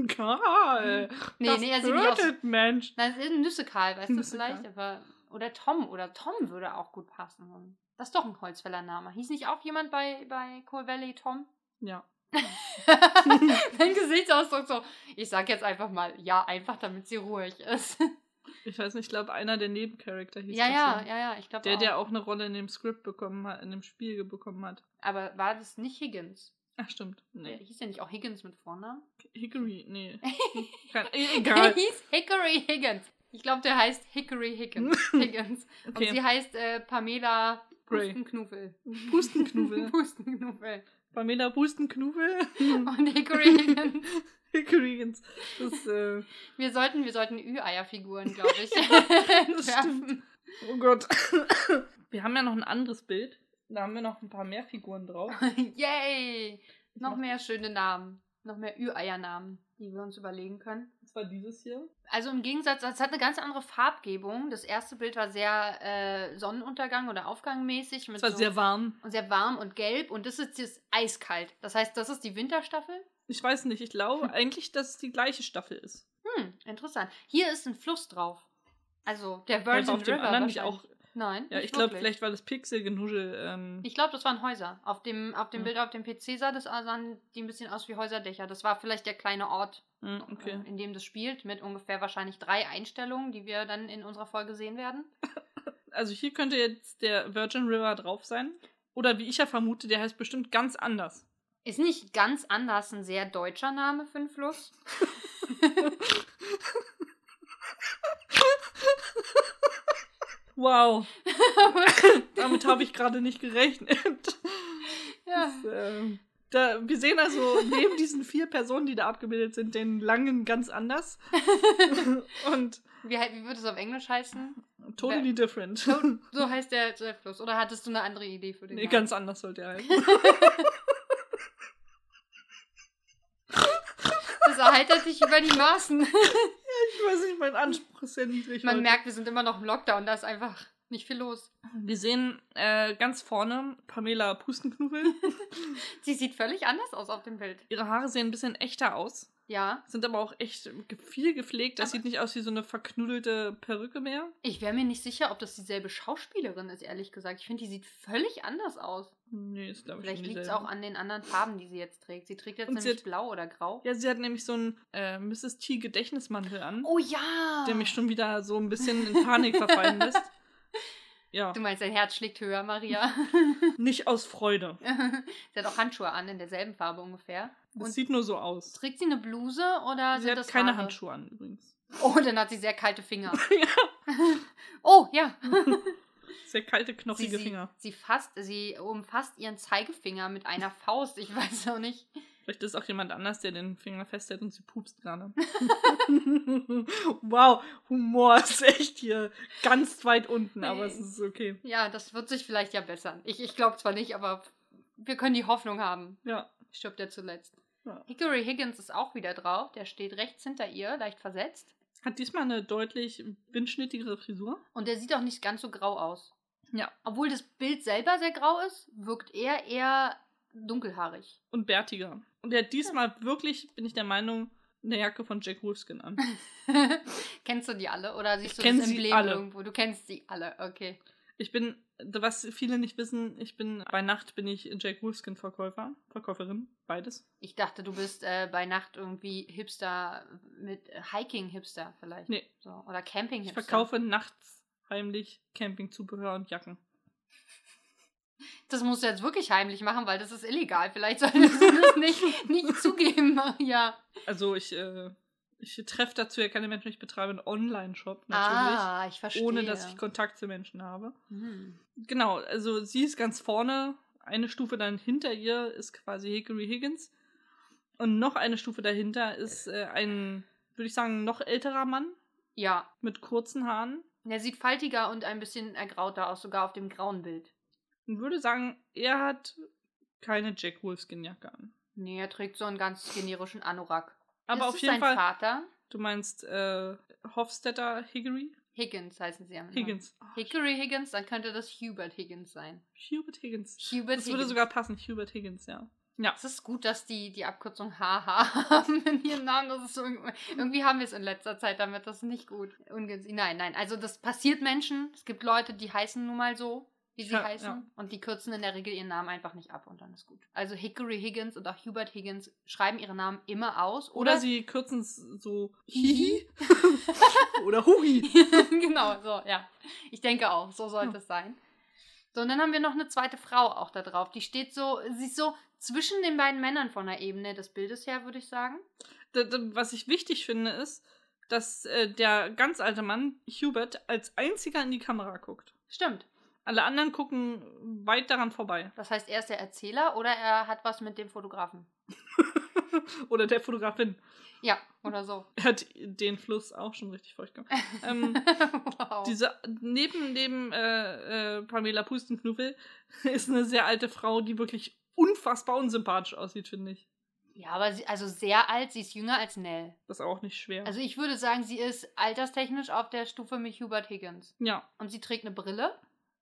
Speaker 1: Karl!
Speaker 2: Nee,
Speaker 1: das
Speaker 2: nee, er sieht nicht aus.
Speaker 1: tötet Mensch.
Speaker 2: Nein, es ist ein Nüsse Karl, weißt du,
Speaker 1: Nüsse
Speaker 2: vielleicht. Aber, oder Tom. Oder Tom würde auch gut passen. Das ist doch ein Holzfällername. Hieß nicht auch jemand bei, bei Coal Valley Tom?
Speaker 1: Ja.
Speaker 2: Dein Gesichtsausdruck so. Ich sag jetzt einfach mal ja, einfach damit sie ruhig ist.
Speaker 1: Ich weiß nicht, ich glaube, einer der Nebencharakter hieß
Speaker 2: ja,
Speaker 1: das
Speaker 2: ja,
Speaker 1: so.
Speaker 2: ja, ja, ich glaube
Speaker 1: Der,
Speaker 2: auch.
Speaker 1: der auch eine Rolle in dem Skript bekommen hat, in dem Spiel bekommen hat.
Speaker 2: Aber war das nicht Higgins?
Speaker 1: Ach, stimmt. Nee.
Speaker 2: Hieß der nicht auch Higgins mit Vornamen?
Speaker 1: Hickory, nee. Kein, e-
Speaker 2: Der
Speaker 1: egal.
Speaker 2: hieß Hickory Higgins. Ich glaube, der heißt Hickory Higgins. Higgins. Und
Speaker 1: Okay.
Speaker 2: sie heißt äh, Pamela
Speaker 1: Gray.
Speaker 2: Pustenknufel.
Speaker 1: Pustenknufel.
Speaker 2: Pustenknufel.
Speaker 1: Pamela Bustenknubel
Speaker 2: Und Hickory.
Speaker 1: Hickorians. Das, äh,
Speaker 2: wir sollten, wir sollten Ü-Eier-Figuren, glaube ich.
Speaker 1: das
Speaker 2: werfen.
Speaker 1: stimmt. Oh Gott. Wir haben ja noch ein anderes Bild. Da haben wir noch ein paar mehr Figuren drauf.
Speaker 2: Yay! Noch
Speaker 1: mach-
Speaker 2: mehr schöne Namen. Noch mehr Ü-Eier-Namen, die wir uns überlegen können.
Speaker 1: Das war dieses hier.
Speaker 2: Also im Gegensatz, es hat eine ganz andere Farbgebung. Das erste Bild war sehr äh, Sonnenuntergang oder Aufgangmäßig. Mit
Speaker 1: Das war
Speaker 2: so
Speaker 1: sehr warm.
Speaker 2: und sehr warm und gelb und das ist jetzt eiskalt. Das heißt, das ist die Winterstaffel.
Speaker 1: Ich weiß nicht, ich glaube eigentlich, dass es die gleiche Staffel ist.
Speaker 2: Hm, interessant. Hier ist ein Fluss drauf. Also der
Speaker 1: Weil
Speaker 2: Virgin
Speaker 1: auf dem
Speaker 2: River
Speaker 1: anderen nicht
Speaker 2: wahrscheinlich.
Speaker 1: auch.
Speaker 2: Nein.
Speaker 1: Ja,
Speaker 2: nicht
Speaker 1: ich glaube,
Speaker 2: wirklich.
Speaker 1: vielleicht war das Pixelgenuschel. Ähm,
Speaker 2: Ich glaube, das waren Häuser. Auf dem, auf dem
Speaker 1: Hm.
Speaker 2: Bild auf dem PC sah das äh, sahen die ein bisschen aus wie Häuserdächer. Das war vielleicht der kleine Ort,
Speaker 1: mh,
Speaker 2: äh,
Speaker 1: hm, okay.
Speaker 2: in dem das spielt, mit ungefähr wahrscheinlich drei Einstellungen, die wir dann in unserer Folge sehen werden.
Speaker 1: Also hier könnte jetzt der Virgin River drauf sein. Oder wie ich ja vermute, der heißt bestimmt ganz anders.
Speaker 2: Ist nicht ganz anders ein sehr deutscher Name für einen Fluss.
Speaker 1: Wow, damit habe ich gerade nicht gerechnet.
Speaker 2: ja.
Speaker 1: Das, ähm, da, wir sehen also neben diesen vier Personen, die da abgebildet sind, den langen ganz anders. Und
Speaker 2: wie, he- wie würde es auf Englisch heißen?
Speaker 1: totally different.
Speaker 2: So, so heißt der, der Fluss. Oder hattest du eine andere Idee für den?
Speaker 1: Nee,
Speaker 2: Namen?
Speaker 1: ganz anders sollte er heißen.
Speaker 2: Das erheitert dich über die Maßen.
Speaker 1: Ich weiß nicht, mein Anspruch ist ja niedrig.
Speaker 2: Man
Speaker 1: heute.
Speaker 2: merkt, wir sind immer noch im Lockdown, da ist einfach nicht viel los.
Speaker 1: Wir sehen äh, ganz vorne Pamela Pustenknubel.
Speaker 2: Sie sieht völlig anders aus auf dem Bild.
Speaker 1: Ihre Haare sehen ein bisschen echter aus,
Speaker 2: Ja.
Speaker 1: sind aber auch echt ge- viel gepflegt. Das
Speaker 2: Aber-
Speaker 1: sieht nicht aus wie so eine verknuddelte Perücke mehr.
Speaker 2: Ich wäre mir nicht sicher, ob das dieselbe Schauspielerin ist, ehrlich gesagt. Ich finde, die sieht völlig anders aus.
Speaker 1: Nee, ist glaube ich
Speaker 2: Vielleicht
Speaker 1: schon
Speaker 2: liegt es
Speaker 1: dieselbe.
Speaker 2: auch an den anderen Farben, die sie jetzt trägt. Sie trägt jetzt
Speaker 1: Und sie
Speaker 2: nämlich
Speaker 1: hat-
Speaker 2: blau oder grau.
Speaker 1: Ja, sie hat nämlich so einen äh, Mrs. T Gedächtnismantel an,
Speaker 2: Oh ja!
Speaker 1: der mich schon wieder so ein bisschen in Panik verfallen lässt. Ja,
Speaker 2: Du meinst, dein Herz schlägt höher, Maria.
Speaker 1: nicht aus Freude.
Speaker 2: sie hat auch Handschuhe an, in derselben Farbe ungefähr.
Speaker 1: Das
Speaker 2: Und
Speaker 1: sieht nur so aus.
Speaker 2: trägt sie eine Bluse oder
Speaker 1: Sie
Speaker 2: sind
Speaker 1: hat
Speaker 2: das
Speaker 1: keine
Speaker 2: Haare?
Speaker 1: Handschuhe an übrigens.
Speaker 2: Oh, dann hat sie sehr kalte Finger. Oh, ja.
Speaker 1: Sehr kalte,
Speaker 2: Sie,
Speaker 1: knochige
Speaker 2: sie,
Speaker 1: Finger.
Speaker 2: sie, fasst, sie umfasst ihren Zeigefinger mit einer Faust. Ich weiß auch nicht.
Speaker 1: Vielleicht ist auch jemand anders, der den Finger festhält und sie pupst gerade. wow, Humor ist echt hier ganz weit unten, aber es ist okay.
Speaker 2: Ja, das wird sich vielleicht ja bessern. Ich, ich glaube zwar nicht, aber wir können die Hoffnung haben.
Speaker 1: Ja.
Speaker 2: Stirbt er zuletzt.
Speaker 1: Ja.
Speaker 2: Hickory Higgins ist auch wieder drauf. Der steht rechts hinter ihr, leicht versetzt.
Speaker 1: Hat diesmal eine deutlich windschnittigere Frisur.
Speaker 2: Und der sieht auch nicht ganz so grau aus.
Speaker 1: Ja.
Speaker 2: Obwohl das Bild selber sehr grau ist, wirkt er eher dunkelhaarig.
Speaker 1: und bärtiger. Und er hat diesmal wirklich, bin ich der Meinung, eine Jacke von Jack Wolfskin an.
Speaker 2: Kennst du die alle? Oder siehst du
Speaker 1: kenn
Speaker 2: das
Speaker 1: sie
Speaker 2: Emblem
Speaker 1: alle.
Speaker 2: irgendwo? Du kennst sie alle, okay.
Speaker 1: Ich bin, was viele nicht wissen, ich bin, bei Nacht bin ich Jack Wolfskin-Verkäufer, Verkäuferin, beides.
Speaker 2: Ich dachte, du bist äh, bei Nacht irgendwie Hipster mit äh, Hiking-Hipster vielleicht.
Speaker 1: Nee.
Speaker 2: So, oder Camping-Hipster.
Speaker 1: Ich verkaufe nachts heimlich Campingzubehör und Jacken.
Speaker 2: Das musst du jetzt wirklich heimlich machen, weil das ist illegal. Vielleicht solltest du das nicht, nicht zugeben, Maria.
Speaker 1: Also ich, äh, ich treffe dazu ja keine Menschen, ich betreibe einen Online-Shop natürlich,
Speaker 2: Ah, ich verstehe.
Speaker 1: ohne dass ich Kontakt zu Menschen habe.
Speaker 2: Hm.
Speaker 1: Genau, also sie ist ganz vorne, eine Stufe dann hinter ihr ist quasi Hickory Higgins. Und noch eine Stufe dahinter ist äh, ein, würde ich sagen, noch älterer Mann
Speaker 2: Ja.
Speaker 1: mit kurzen Haaren.
Speaker 2: Der sieht faltiger und ein bisschen ergrauter aus, sogar auf dem grauen Bild.
Speaker 1: Und würde sagen, er hat keine Jack Wolfskin-Jacke an.
Speaker 2: Nee, er trägt so einen ganz generischen Anorak.
Speaker 1: Aber
Speaker 2: ist
Speaker 1: auf
Speaker 2: es
Speaker 1: jeden
Speaker 2: sein
Speaker 1: Fall,
Speaker 2: Vater?
Speaker 1: du meinst äh, Hofstetter Hickory?
Speaker 2: Higgins heißen sie am Namen.
Speaker 1: Higgins.
Speaker 2: Hickory Higgins, dann könnte das Hubert Higgins sein.
Speaker 1: Hubert Higgins.
Speaker 2: Hubert
Speaker 1: Das
Speaker 2: Higgins.
Speaker 1: würde sogar passen, Hubert Higgins, ja. Ja,
Speaker 2: Es ist gut, dass die die Abkürzung HH haben in ihrem Namen. Das ist so, irgendwie- irgendwie haben wir es in letzter Zeit damit. Das ist nicht gut. Ungünstig. Nein, nein. Also das passiert Menschen. Es gibt Leute, die heißen nun mal so, wie sie
Speaker 1: Ja,
Speaker 2: heißen.
Speaker 1: ja.
Speaker 2: Und die kürzen in der Regel ihren Namen einfach nicht ab und dann ist gut. Also Hickory Higgins und auch Hubert Higgins schreiben ihre Namen immer aus. Oder,
Speaker 1: oder, sie kürzen es so Hihi oder Huhi.
Speaker 2: genau, so, ja. Ich denke auch, so sollte
Speaker 1: Ja.
Speaker 2: es sein. So, und dann haben wir noch eine zweite Frau auch da drauf. Die steht so, sie ist so zwischen den beiden Männern von der Ebene des Bildes her, würde ich sagen.
Speaker 1: D- d- was ich wichtig finde, ist, dass äh, der ganz alte Mann, Hubert, als einziger in die Kamera guckt.
Speaker 2: Stimmt.
Speaker 1: Alle anderen gucken weit daran vorbei.
Speaker 2: Das heißt, er ist der Erzähler oder er hat was mit dem Fotografen.
Speaker 1: Oder der Fotografin.
Speaker 2: Ja, oder so.
Speaker 1: Er hat den Fluss auch schon richtig feucht gemacht. Ähm,
Speaker 2: wow.
Speaker 1: diese, neben neben äh, äh, Pamela Pustenknuffel ist eine sehr alte Frau, die wirklich unfassbar unsympathisch aussieht, finde ich.
Speaker 2: ja, aber sie, also sehr alt, sie ist jünger als Nell.
Speaker 1: Das ist auch nicht schwer.
Speaker 2: Also ich würde sagen, sie ist alterstechnisch auf der Stufe mit Hubert Higgins.
Speaker 1: ja,
Speaker 2: Und sie trägt eine Brille.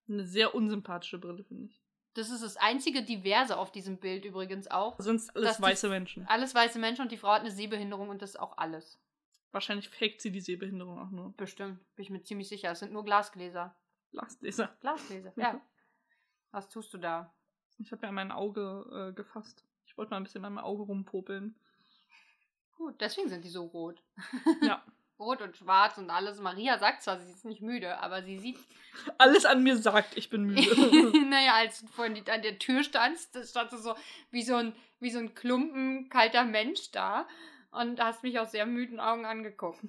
Speaker 1: eine sehr unsympathische Brille, finde ich.
Speaker 2: Das ist das einzige Diverse auf diesem Bild übrigens auch.
Speaker 1: Sonst alles
Speaker 2: Dass die-
Speaker 1: weiße Menschen.
Speaker 2: Alles weiße Menschen und die Frau hat eine Sehbehinderung und das ist auch alles.
Speaker 1: Wahrscheinlich faked sie die Sehbehinderung auch nur.
Speaker 2: Bestimmt, bin ich mir ziemlich sicher. Es sind nur Glasgläser.
Speaker 1: Lastleser.
Speaker 2: Glasgläser, ja. Was tust du da?
Speaker 1: Ich habe ja mein Auge äh, gefasst. Ich wollte mal ein bisschen an meinem Auge rumpopeln.
Speaker 2: Gut, deswegen sind die so rot.
Speaker 1: Ja.
Speaker 2: Rot und schwarz und alles. Maria sagt zwar, sie ist nicht müde, aber sie sieht.
Speaker 1: Alles an mir sagt, ich bin müde.
Speaker 2: naja, als du vorhin die- an der Tür standst, da stand du so wie so ein, wie so ein Klumpen kalter Mensch da und hast mich aus sehr müden Augen angeguckt.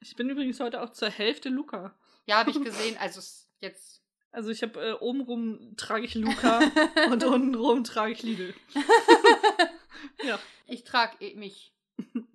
Speaker 1: ich bin übrigens heute auch zur Hälfte Luca.
Speaker 2: Ja, habe ich gesehen. Also es- jetzt.
Speaker 1: Also ich habe äh, obenrum trage ich Luca und untenrum trage ich Lidl. Ja.
Speaker 2: Ich trage eh mich.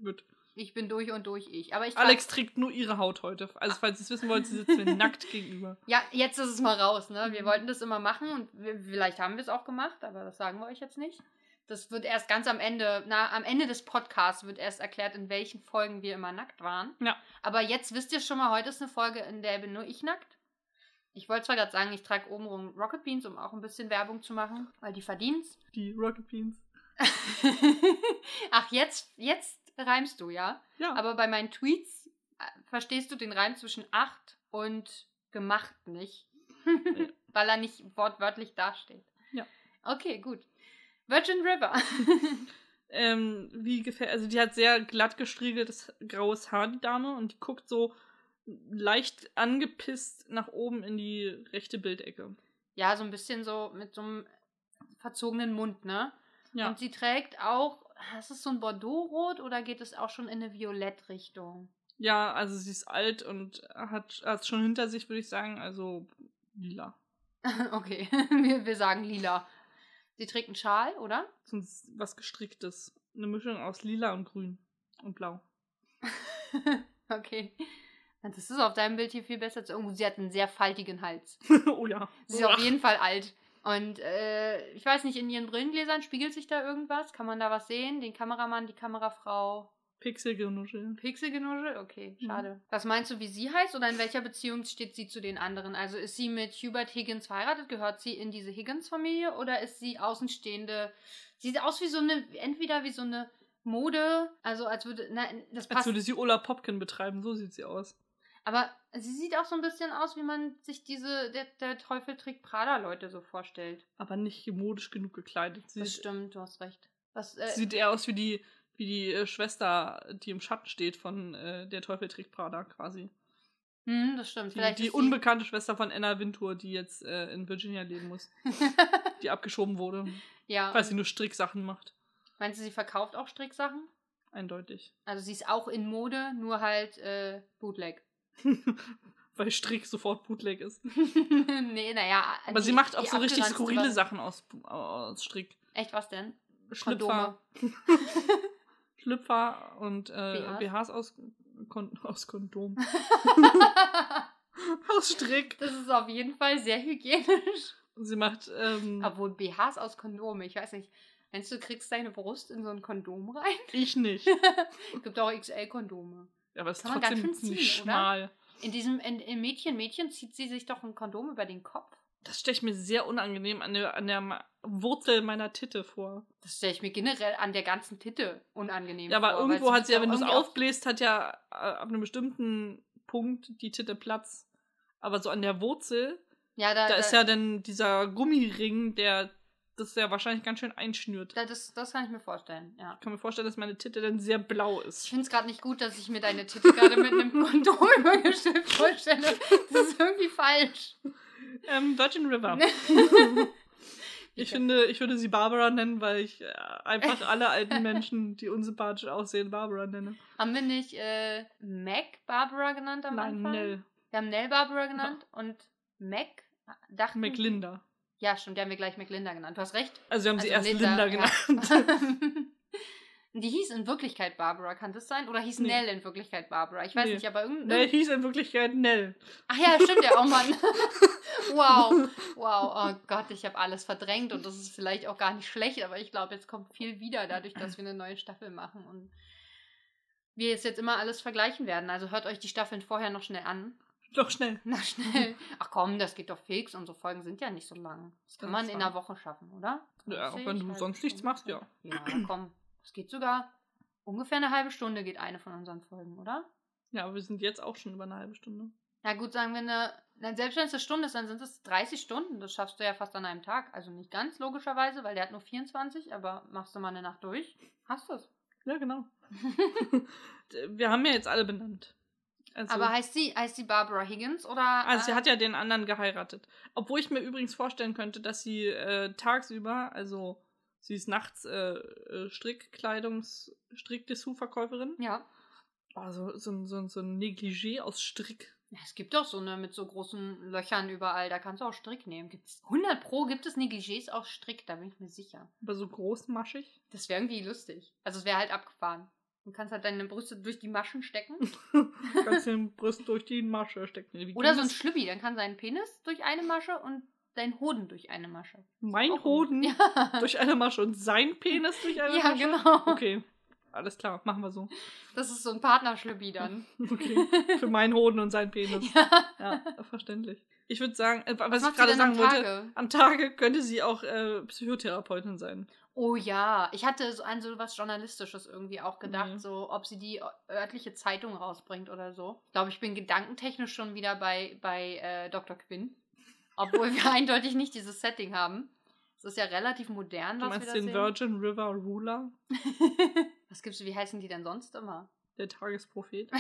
Speaker 1: Gut.
Speaker 2: Ich bin durch und durch ich. Aber ich trag-
Speaker 1: Alex trägt nur ihre Haut heute. Also falls ihr es wissen wollt, sie sitzt mir nackt gegenüber.
Speaker 2: Ja, jetzt ist es mal raus, ne? Wir
Speaker 1: Mhm.
Speaker 2: wollten das immer machen und wir, vielleicht haben wir es auch gemacht, aber das sagen wir euch jetzt nicht. Das wird erst ganz am Ende, na, am Ende des Podcasts wird erst erklärt, in welchen Folgen wir immer nackt waren.
Speaker 1: Ja.
Speaker 2: Aber jetzt wisst ihr schon mal, heute ist eine Folge, in der bin nur ich nackt. Ich wollte zwar gerade sagen, ich trage obenrum Rocket Beans, um auch ein bisschen Werbung zu machen, weil die verdienst.
Speaker 1: Die Rocket Beans.
Speaker 2: Ach, jetzt, jetzt reimst du, ja?
Speaker 1: Ja.
Speaker 2: Aber bei meinen Tweets äh, verstehst du den Reim zwischen acht und gemacht nicht. Weil er nicht wortwörtlich dasteht.
Speaker 1: Ja.
Speaker 2: Okay, gut. Virgin River.
Speaker 1: ähm, wie gefällt, also die hat sehr glatt gestriegeltes graues Haar, die Dame, und die guckt so leicht angepisst nach oben in die rechte Bildecke.
Speaker 2: ja, so ein bisschen so mit so einem verzogenen Mund, ne?
Speaker 1: Ja.
Speaker 2: Und sie trägt auch, ist es so ein Bordeaux-Rot oder geht es auch schon in eine Violett-Richtung?
Speaker 1: Ja, also sie ist alt und hat es schon hinter sich, würde ich sagen, also lila.
Speaker 2: okay, wir, wir sagen lila. Sie trägt einen Schal, oder?
Speaker 1: Sonst was gestricktes. Eine Mischung aus lila und grün und blau.
Speaker 2: okay. Das ist auf deinem Bild hier viel besser als irgendwo. Sie hat einen sehr faltigen Hals.
Speaker 1: oh ja.
Speaker 2: Sie ist auf jeden Fall alt. Und äh, ich weiß nicht, in ihren Brillengläsern spiegelt sich da irgendwas? Kann man da was sehen? Den Kameramann, die Kamerafrau.
Speaker 1: Pixelgenuschel.
Speaker 2: Pixelgenuschel? Okay,
Speaker 1: Mhm.
Speaker 2: schade. Was meinst du, wie sie heißt oder in welcher Beziehung steht sie zu den anderen? Also ist sie mit Hubert Higgins verheiratet? Gehört sie in diese Higgins-Familie oder ist sie außenstehende? Sie sieht aus wie so eine, entweder wie so eine Mode, also als würde, nein, das
Speaker 1: Als
Speaker 2: passt.
Speaker 1: würde sie Ola Popkin betreiben, so sieht sie aus.
Speaker 2: Aber sie sieht auch so ein bisschen aus, wie man sich diese, der, der Teufel trägt Prada-Leute so vorstellt.
Speaker 1: Aber nicht modisch genug gekleidet. Sie
Speaker 2: Das
Speaker 1: sieht,
Speaker 2: stimmt, du hast recht. Das, äh,
Speaker 1: sieht eher aus wie die, wie die äh, Schwester, die im Schatten steht von äh, Der Teufel trägt Prada quasi.
Speaker 2: hm, das stimmt.
Speaker 1: Die,
Speaker 2: Vielleicht
Speaker 1: die
Speaker 2: ist
Speaker 1: unbekannte Schwester von Anna Wintour, die jetzt äh, in Virginia leben muss. Die abgeschoben wurde,
Speaker 2: ja.
Speaker 1: weil sie nur Stricksachen macht.
Speaker 2: Meinst du, sie verkauft auch Stricksachen?
Speaker 1: Eindeutig.
Speaker 2: Also sie ist auch in Mode, nur halt äh, Bootleg.
Speaker 1: weil Strick sofort Bootleg ist.
Speaker 2: nee, naja.
Speaker 1: Aber
Speaker 2: die-
Speaker 1: sie macht auch
Speaker 2: die
Speaker 1: so richtig
Speaker 2: abgeranzten
Speaker 1: skurrile
Speaker 2: Sachen.
Speaker 1: Sachen aus, aus Strick.
Speaker 2: Echt, was denn?
Speaker 1: Schlüpfer, Schlüpfer und äh,
Speaker 2: BHs?
Speaker 1: BHs aus, Kon aus Kondom.
Speaker 2: Kondome.
Speaker 1: aus Strick.
Speaker 2: das ist auf jeden Fall sehr hygienisch.
Speaker 1: Sie macht. Ähm,
Speaker 2: Obwohl BHs aus Kondome, ich weiß nicht. Meinst du, du kriegst deine Brust in so ein Kondom rein?
Speaker 1: ich nicht.
Speaker 2: Gibt auch XL-Kondome.
Speaker 1: Ja, aber es ist
Speaker 2: Kann man ganz
Speaker 1: trotzdem
Speaker 2: schön ziehen,
Speaker 1: nicht
Speaker 2: oder?
Speaker 1: schmal.
Speaker 2: In diesem in, in Mädchen, Mädchen zieht sie sich doch ein Kondom über den Kopf.
Speaker 1: Das stelle ich mir sehr unangenehm an der, an der Ma- Wurzel meiner Titte vor.
Speaker 2: Das stelle ich mir generell an der ganzen Titte unangenehm
Speaker 1: Ja, aber
Speaker 2: vor. weil
Speaker 1: irgendwo
Speaker 2: sie
Speaker 1: hat
Speaker 2: muss
Speaker 1: sie ja, wenn du es
Speaker 2: irgendwie auf-
Speaker 1: aufbläst, hat ja äh, ab einem bestimmten Punkt die Titte Platz. Aber so an der Wurzel,
Speaker 2: Ja, da,
Speaker 1: da
Speaker 2: da
Speaker 1: ist ja dann dieser Gummiring, der das ja wahrscheinlich ganz schön einschnürt.
Speaker 2: da, das, das kann ich mir vorstellen, ja.
Speaker 1: Ich kann mir vorstellen, dass meine Titte dann sehr blau
Speaker 2: Ich
Speaker 1: ist.
Speaker 2: finde es gerade nicht gut, dass ich mir deine Titte gerade mit einem Kondom übergestellt vorstelle. Das ist irgendwie falsch.
Speaker 1: Ähm, Virgin River. ich finde, ich würde sie Barbara nennen, weil ich äh, einfach alle alten Menschen, die unsympathisch aussehen, Barbara nenne.
Speaker 2: Haben wir nicht äh, Mac Barbara genannt am
Speaker 1: Nein,
Speaker 2: Anfang?
Speaker 1: Nell.
Speaker 2: Wir haben Nell Barbara genannt und Mac äh, dachten.
Speaker 1: McLinda.
Speaker 2: Ja, stimmt, die haben wir gleich McLinda genannt. Du hast recht.
Speaker 1: Also wir haben sie erst
Speaker 2: Also
Speaker 1: Linda, genannt.
Speaker 2: ja. die hieß in Wirklichkeit Barbara, kann das sein? Oder hieß
Speaker 1: Nee.
Speaker 2: Nell in Wirklichkeit Barbara? Ich weiß
Speaker 1: Nee.
Speaker 2: nicht, aber
Speaker 1: Nell
Speaker 2: irgendein.
Speaker 1: hieß in Wirklichkeit Nell.
Speaker 2: Ach ja, stimmt ja, oh Mann. wow, wow, oh Gott, ich habe alles verdrängt und das ist vielleicht auch gar nicht schlecht, aber ich glaube, jetzt kommt viel wieder dadurch, dass wir eine neue Staffel machen und wir es jetzt immer alles vergleichen werden. Also hört euch die Staffeln vorher noch schnell an.
Speaker 1: Doch schnell.
Speaker 2: Na schnell. Ach komm, das geht doch fix. Unsere Folgen sind ja nicht so lang. Das kann
Speaker 1: Das
Speaker 2: man
Speaker 1: ist
Speaker 2: in
Speaker 1: wahr.
Speaker 2: einer Woche schaffen, oder?
Speaker 1: Ja, auch wenn du
Speaker 2: halbe
Speaker 1: sonst nichts
Speaker 2: Stunde.
Speaker 1: machst, ja.
Speaker 2: Ja, komm. Es geht sogar ungefähr eine halbe Stunde geht eine von unseren Folgen, oder?
Speaker 1: Ja, aber wir sind jetzt auch schon über eine halbe Stunde.
Speaker 2: Na gut, sagen wir eine. Na, selbst wenn es eine Stunde ist, dann sind es 30 Stunden. Das schaffst du ja fast an einem Tag. Also nicht ganz logischerweise, weil der hat nur 24, aber machst du mal eine Nacht durch, hast du es.
Speaker 1: Ja, genau. wir haben ja jetzt alle benannt. Also,
Speaker 2: Aber heißt sie, heißt sie Barbara Higgins oder.
Speaker 1: also sie
Speaker 2: äh,
Speaker 1: hat ja den anderen geheiratet. Obwohl ich mir übrigens vorstellen könnte, dass sie äh, tagsüber, also sie ist nachts äh, äh, Strickkleidungs, Strickdessous-Verkäuferin.
Speaker 2: Ja.
Speaker 1: Also so, ein- so, ein- so ein Negligé aus Strick.
Speaker 2: Ja, Es gibt doch so eine mit so großen Löchern überall, da kannst du auch Strick nehmen. Gibt's 100 Pro gibt es Negligés aus Strick, da bin ich mir sicher.
Speaker 1: Aber so großmaschig.
Speaker 2: Das wäre irgendwie lustig. Also es wäre halt abgefahren. Du kannst halt deine Brüste durch die Maschen stecken.
Speaker 1: Kannst den Brust durch die Masche stecken. Wie ging
Speaker 2: Oder so ein
Speaker 1: das?
Speaker 2: Schlüppi, dann kann sein Penis durch eine Masche und dein Hoden durch eine Masche.
Speaker 1: Mein
Speaker 2: Auch-
Speaker 1: Hoden
Speaker 2: Ja,
Speaker 1: durch eine Masche und sein Penis durch eine
Speaker 2: ja
Speaker 1: Masche.
Speaker 2: genau.
Speaker 1: Okay, alles klar, machen wir so.
Speaker 2: Das ist so ein Partnerschlüppi dann.
Speaker 1: Okay. Für meinen Hoden und seinen Penis.
Speaker 2: ja.
Speaker 1: Ja, verständlich. Ich würde sagen, äh, was, ich
Speaker 2: macht sie
Speaker 1: gerade
Speaker 2: denn am
Speaker 1: sagen wollte,
Speaker 2: Tage?
Speaker 1: am Tage könnte sie auch äh, Psychotherapeutin sein.
Speaker 2: Oh ja, ich hatte so an so was Journalistisches irgendwie auch gedacht,
Speaker 1: Mhm.
Speaker 2: so ob sie die ö- örtliche Zeitung rausbringt oder so. Ich glaube, ich bin gedankentechnisch schon wieder bei, bei äh, Dr. Quinn. Obwohl wir eindeutig nicht dieses Setting haben. Es ist ja relativ modern,
Speaker 1: Du
Speaker 2: was
Speaker 1: meinst
Speaker 2: wir da
Speaker 1: den
Speaker 2: sehen.
Speaker 1: Virgin River Ruler,
Speaker 2: was gibt's, wie heißen die denn sonst immer?
Speaker 1: der Tagesprophet.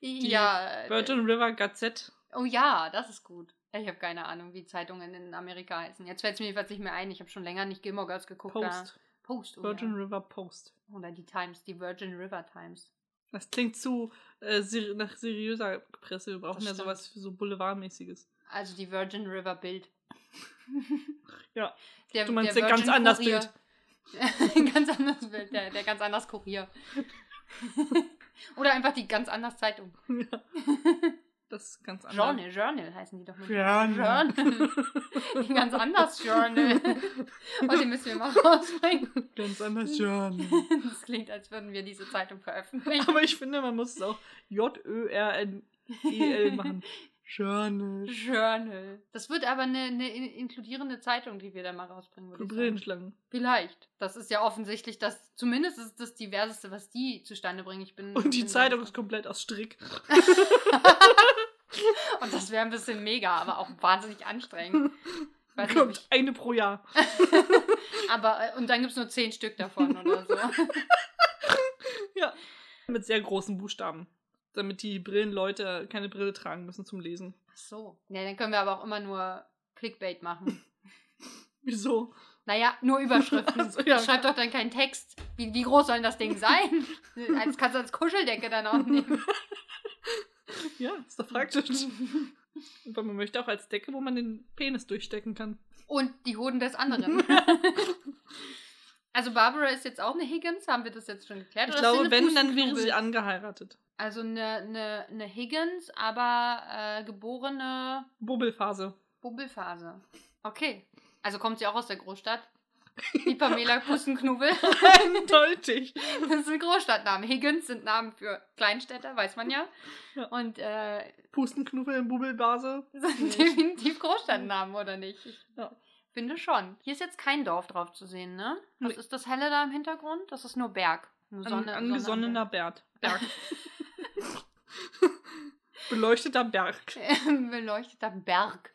Speaker 2: ja. äh,
Speaker 1: Virgin River Gazette.
Speaker 2: Oh ja, das ist gut. Ich habe keine Ahnung, wie Zeitungen in Amerika heißen. Jetzt fällt es mir jedenfalls nicht mehr ein. Ich habe schon länger nicht Gilmore Girls geguckt. Da.
Speaker 1: Post.
Speaker 2: Post. Oh
Speaker 1: Virgin
Speaker 2: ja.
Speaker 1: River Post.
Speaker 2: Oder die Times, die Virgin River Times.
Speaker 1: Das klingt zu äh, seri nach seriöser Presse. Wir brauchen ja
Speaker 2: stimmt.
Speaker 1: sowas für so Boulevardmäßiges.
Speaker 2: Also die Virgin River Bild.
Speaker 1: Ja.
Speaker 2: Der,
Speaker 1: Du meinst
Speaker 2: der
Speaker 1: ein ganz
Speaker 2: Virgin
Speaker 1: anderes
Speaker 2: Kurier. Ein ganz anderes Bild, der, der ganz anders Kurier. Oder einfach die ganz anders Zeitung.
Speaker 1: Ja. Das ist ganz anders.
Speaker 2: Journal, Journal heißen die doch nur.
Speaker 1: Journal.
Speaker 2: Journal. Die ganz anders Journal. Und die müssen wir mal rausbringen.
Speaker 1: Ganz anders Journal.
Speaker 2: Das klingt, als würden wir diese Zeitung veröffentlichen.
Speaker 1: Aber ich finde, man muss es auch J-Ö-R-N-E-L machen. Journal.
Speaker 2: Journal. Das wird aber eine, eine in- inkludierende Zeitung, die wir da mal rausbringen würden.
Speaker 1: Brillenschlangen.
Speaker 2: Vielleicht. Das ist ja offensichtlich das, zumindest ist das Diverseste, was die zustande bringen. Ich bin,
Speaker 1: Und die
Speaker 2: bin
Speaker 1: Zeitung ist komplett aus Strick.
Speaker 2: Und das wäre ein bisschen mega, aber auch wahnsinnig anstrengend. Ich weiß nicht, ob
Speaker 1: Kommt
Speaker 2: ich,
Speaker 1: eine pro Jahr.
Speaker 2: aber, äh, und dann gibt es nur zehn Stück davon oder so.
Speaker 1: Mit sehr großen Buchstaben. Damit die Brillenleute keine Brille tragen müssen zum Lesen.
Speaker 2: Ach so. Ja, dann können wir aber auch immer nur Clickbait machen.
Speaker 1: Wieso?
Speaker 2: Naja, nur Überschriften.
Speaker 1: Ach so, ja.
Speaker 2: Schreib doch dann keinen Text. Wie, wie groß soll denn das Ding sein? Das kannst du als Kuscheldecke dann auch nehmen.
Speaker 1: Ja, ist doch praktisch. Weil man möchte auch als Decke, wo man den Penis durchstecken kann.
Speaker 2: Und die Hoden des anderen. Also Barbara ist jetzt auch eine Higgins, haben wir das jetzt schon geklärt?
Speaker 1: Ich
Speaker 2: Oder ist sie
Speaker 1: glaube,
Speaker 2: eine
Speaker 1: wenn, dann wäre
Speaker 2: Fußknobel?
Speaker 1: sie angeheiratet.
Speaker 2: Also eine, eine, eine Higgins, aber äh, geborene
Speaker 1: Bubbelphase.
Speaker 2: Bubbelphase. Okay. Also kommt sie auch aus der Großstadt? Die Pamela Kustenknubel.
Speaker 1: Eindeutig.
Speaker 2: Das ist ein Großstadtname. Higgins sind Namen für Kleinstädter, weiß man ja.
Speaker 1: Ja.
Speaker 2: Und äh,
Speaker 1: Pustenknuffel in Bubbelphase.
Speaker 2: sind
Speaker 1: Nicht.
Speaker 2: definitiv Großstadtnamen, oder nicht? Ich
Speaker 1: Ja.
Speaker 2: finde schon. Hier ist jetzt kein Dorf drauf zu sehen, ne? Was
Speaker 1: Nee.
Speaker 2: ist das Helle da im Hintergrund? Das ist nur Berg. Nur
Speaker 1: An,
Speaker 2: Sonne-
Speaker 1: angesonnener
Speaker 2: Sonne-
Speaker 1: Berg. Berg. Beleuchteter Berg.
Speaker 2: beleuchteter Berg.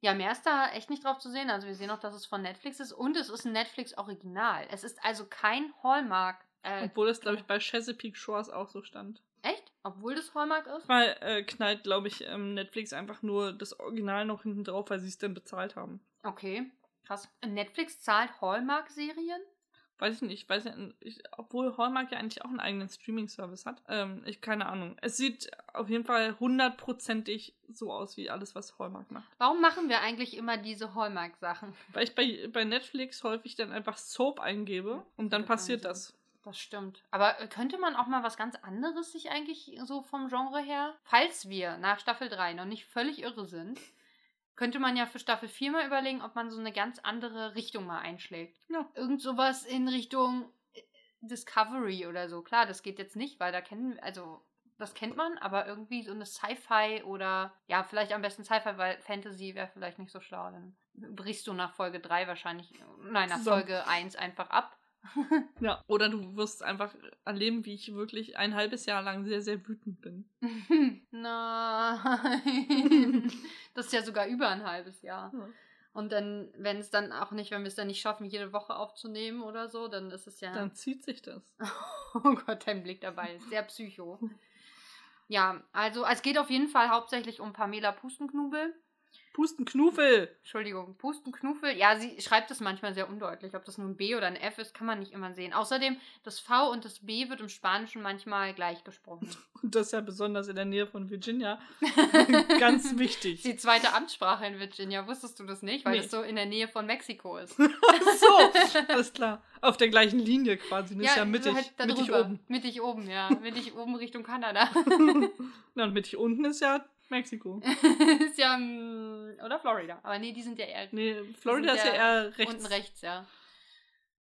Speaker 2: Ja, mehr ist da echt nicht drauf zu sehen. Also wir sehen auch, dass es von Netflix ist und es ist ein Netflix-Original. Es ist also kein Hallmark. Äh,
Speaker 1: Obwohl das, glaube ich, bei Chesapeake Shores auch so stand.
Speaker 2: echt? Obwohl das Hallmark ist?
Speaker 1: Mal äh, knallt, glaube ich, ähm, Netflix einfach nur das Original noch hinten drauf, weil sie es dann bezahlt haben.
Speaker 2: Okay, krass. Netflix zahlt Hallmark-Serien?
Speaker 1: weiß ich nicht, weiß nicht ich, obwohl Hallmark ja eigentlich auch einen eigenen Streaming-Service hat. Ähm, ich keine Ahnung. Es sieht auf jeden Fall hundertprozentig so aus wie alles, was Hallmark macht.
Speaker 2: Warum machen wir eigentlich immer diese Hallmark-Sachen?
Speaker 1: Weil ich bei, bei Netflix häufig dann einfach Soap eingebe und dann
Speaker 2: Das
Speaker 1: passiert
Speaker 2: kann
Speaker 1: das.
Speaker 2: Das stimmt. Aber äh, könnte man auch mal was ganz anderes sich eigentlich so vom Genre her, falls wir nach Staffel 3 noch nicht völlig irre sind, könnte man ja für Staffel 4 mal überlegen, ob man so eine ganz andere Richtung mal einschlägt.
Speaker 1: Ja.
Speaker 2: Irgend sowas in Richtung äh, Discovery oder so. Klar, das geht jetzt nicht, weil da kennen, also das kennt man, aber irgendwie so eine Sci-Fi oder ja, vielleicht am besten Sci-Fi, weil Fantasy wäre vielleicht nicht so schlau. Dann brichst du nach Folge 3 wahrscheinlich, äh, nein, nach
Speaker 1: Zusammen.
Speaker 2: Folge 1 einfach ab.
Speaker 1: Ja. Oder du wirst einfach erleben, wie ich wirklich ein halbes Jahr lang sehr, sehr wütend bin.
Speaker 2: Nein. Das ist ja sogar über ein halbes Jahr.
Speaker 1: Ja.
Speaker 2: Und dann, wenn es dann auch nicht, wenn wir es dann nicht schaffen, jede Woche aufzunehmen oder so, dann ist es ja.
Speaker 1: Dann zieht sich das.
Speaker 2: Oh Gott, dein Blick dabei ist sehr psycho. Ja, also es geht auf jeden Fall hauptsächlich um Pamela Pustenknubel.
Speaker 1: Pustenknufel!
Speaker 2: Entschuldigung, Pustenknufel. Ja, sie schreibt es manchmal sehr undeutlich. Ob das nun B oder ein F ist, kann man nicht immer sehen. Außerdem, das V und das B wird im Spanischen manchmal gleich gesprochen.
Speaker 1: Und das ja besonders in der Nähe von Virginia. Ganz wichtig.
Speaker 2: Ist die zweite Amtssprache in Virginia. Wusstest du das nicht? Weil
Speaker 1: Nee.
Speaker 2: das so in der Nähe von Mexiko ist.
Speaker 1: Ach so, alles klar. Auf der gleichen Linie quasi. Das ist ja mittig,
Speaker 2: halt da
Speaker 1: mittig
Speaker 2: drüber.
Speaker 1: oben.
Speaker 2: Mittig oben, ja. Mittig oben Richtung Kanada.
Speaker 1: Na, und mittig unten ist ja Mexiko.
Speaker 2: ist ja. mm, Oder Florida. Aber nee, die sind ja eher
Speaker 1: Nee, Florida
Speaker 2: Die
Speaker 1: ist
Speaker 2: sind
Speaker 1: ja eher rechts.
Speaker 2: unten rechts, ja.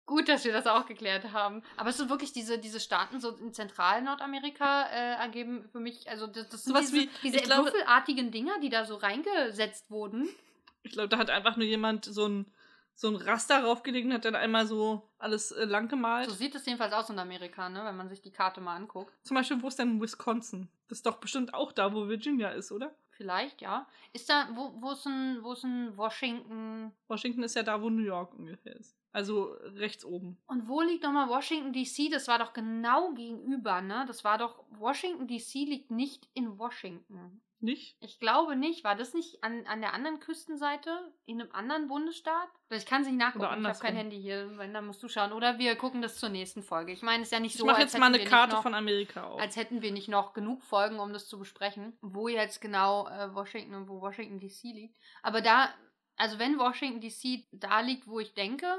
Speaker 2: Gut, dass wir das auch geklärt haben. Aber es sind wirklich diese, diese Staaten so in Zentral-Nordamerika äh, ergeben für mich, also das, das sind
Speaker 1: Sowas
Speaker 2: diese,
Speaker 1: wie-
Speaker 2: diese
Speaker 1: ich glaube-
Speaker 2: würfelartigen Dinger, die da so reingesetzt wurden.
Speaker 1: Ich glaube, da hat einfach nur jemand so ein, so ein Raster raufgelegt und hat dann einmal so alles äh, lang gemalt.
Speaker 2: So sieht es jedenfalls aus in Amerika, ne, wenn man sich die Karte mal anguckt.
Speaker 1: Zum Beispiel, wo ist denn Wisconsin? Das ist doch bestimmt auch da, wo Virginia ist, oder?
Speaker 2: Vielleicht, ja. Ist da, wo, wo ist ein, wo ist ein Washington?
Speaker 1: Washington ist ja da, wo New York ungefähr ist. Also rechts oben.
Speaker 2: Und wo liegt nochmal Washington DC? Das war doch genau gegenüber, ne? Das war doch, Washington DC liegt nicht in Washington.
Speaker 1: Nicht?
Speaker 2: Ich glaube nicht. War das nicht an, an der anderen Küstenseite? In einem anderen Bundesstaat? Ich kann es nicht nachgucken.
Speaker 1: Oder
Speaker 2: Ich habe
Speaker 1: andersrum.
Speaker 2: kein Handy hier. Wenn, dann musst du schauen. Oder wir gucken das zur nächsten Folge. Ich meine, es ist ja nicht
Speaker 1: Ich
Speaker 2: so,
Speaker 1: mache
Speaker 2: als
Speaker 1: jetzt mal
Speaker 2: hätten
Speaker 1: eine
Speaker 2: wir nicht
Speaker 1: Karte
Speaker 2: noch-
Speaker 1: von Amerika auf.
Speaker 2: Als hätten wir nicht noch genug Folgen, um das zu besprechen, wo jetzt genau äh, Washington und wo Washington DC liegt. Aber da, also wenn Washington DC da liegt, wo ich denke,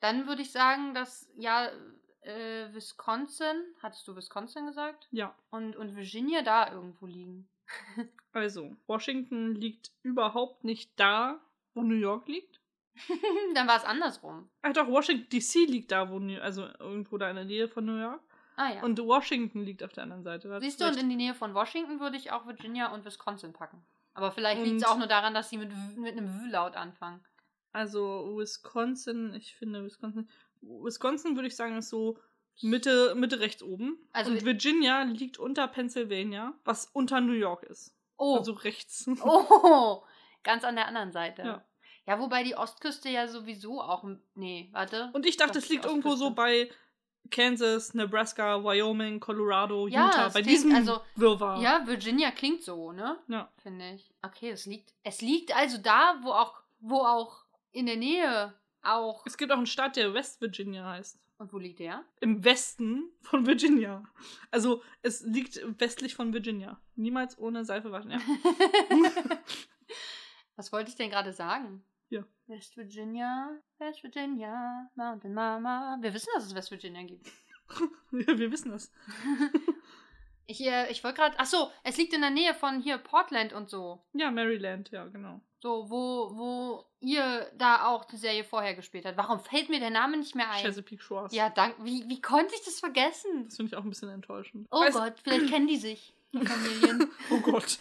Speaker 2: dann würde ich sagen, dass ja äh, Wisconsin, hattest du Wisconsin gesagt?
Speaker 1: ja,
Speaker 2: Und, und Virginia da irgendwo liegen.
Speaker 1: also Washington liegt überhaupt nicht da, wo New York liegt.
Speaker 2: dann war es andersrum.
Speaker 1: Ach doch, Washington DC liegt da, wo New also irgendwo da in der Nähe von New York.
Speaker 2: Ah ja.
Speaker 1: Und Washington liegt auf der anderen Seite. Da hast
Speaker 2: Siehst du, und
Speaker 1: recht.
Speaker 2: in die Nähe von Washington würde ich auch Virginia und Wisconsin packen. Aber vielleicht liegt es
Speaker 1: Und-
Speaker 2: auch nur daran, dass sie mit, W- mit einem W-Laut anfangen.
Speaker 1: also Wisconsin, ich finde Wisconsin. Wisconsin würde ich sagen, ist so Mitte, Mitte rechts oben. Also
Speaker 2: Also-
Speaker 1: und Virginia liegt unter Pennsylvania, was unter New York ist.
Speaker 2: Oh.
Speaker 1: Also rechts.
Speaker 2: Oh, ganz an der anderen Seite. Ja.
Speaker 1: Ja.
Speaker 2: wobei die Ostküste ja sowieso auch. ein- Nee, warte.
Speaker 1: Und ich dachte,
Speaker 2: Doch,
Speaker 1: es liegt
Speaker 2: die
Speaker 1: irgendwo so
Speaker 2: Ostküste.
Speaker 1: bei Kansas, Nebraska, Wyoming, Colorado,
Speaker 2: Ja,
Speaker 1: Utah,
Speaker 2: es
Speaker 1: bei
Speaker 2: klingt-
Speaker 1: diesem
Speaker 2: also-
Speaker 1: Wirrwarr.
Speaker 2: ja, Virginia klingt so, ne?
Speaker 1: Ja.
Speaker 2: Finde ich. Okay, es liegt. Es liegt also da, wo auch, wo auch in der Nähe auch.
Speaker 1: Es gibt auch einen Staat, der West Virginia heißt.
Speaker 2: Und wo liegt der?
Speaker 1: Im Westen von Virginia. Also es liegt westlich von Virginia. Niemals ohne Seife waschen. Ja.
Speaker 2: Was wollte ich denn gerade sagen?
Speaker 1: Ja.
Speaker 2: West Virginia, West Virginia, Mountain Mama. Wir wissen, dass es West Virginia gibt.
Speaker 1: Wir wissen das.
Speaker 2: Ich, äh, ich wollte gerade. Ach so, es liegt in der Nähe von hier Portland und so.
Speaker 1: Ja, Maryland, ja, genau.
Speaker 2: So, wo, wo ihr da auch die Serie vorher gespielt habt. Warum fällt mir der Name nicht mehr ein?
Speaker 1: Chesapeake Shores.
Speaker 2: Ja, danke. Wie, wie konnte ich das vergessen?
Speaker 1: Das finde ich auch ein bisschen enttäuschend.
Speaker 2: Oh
Speaker 1: Weiß-
Speaker 2: Gott, vielleicht kennen die sich, die Familien.
Speaker 1: Oh Gott.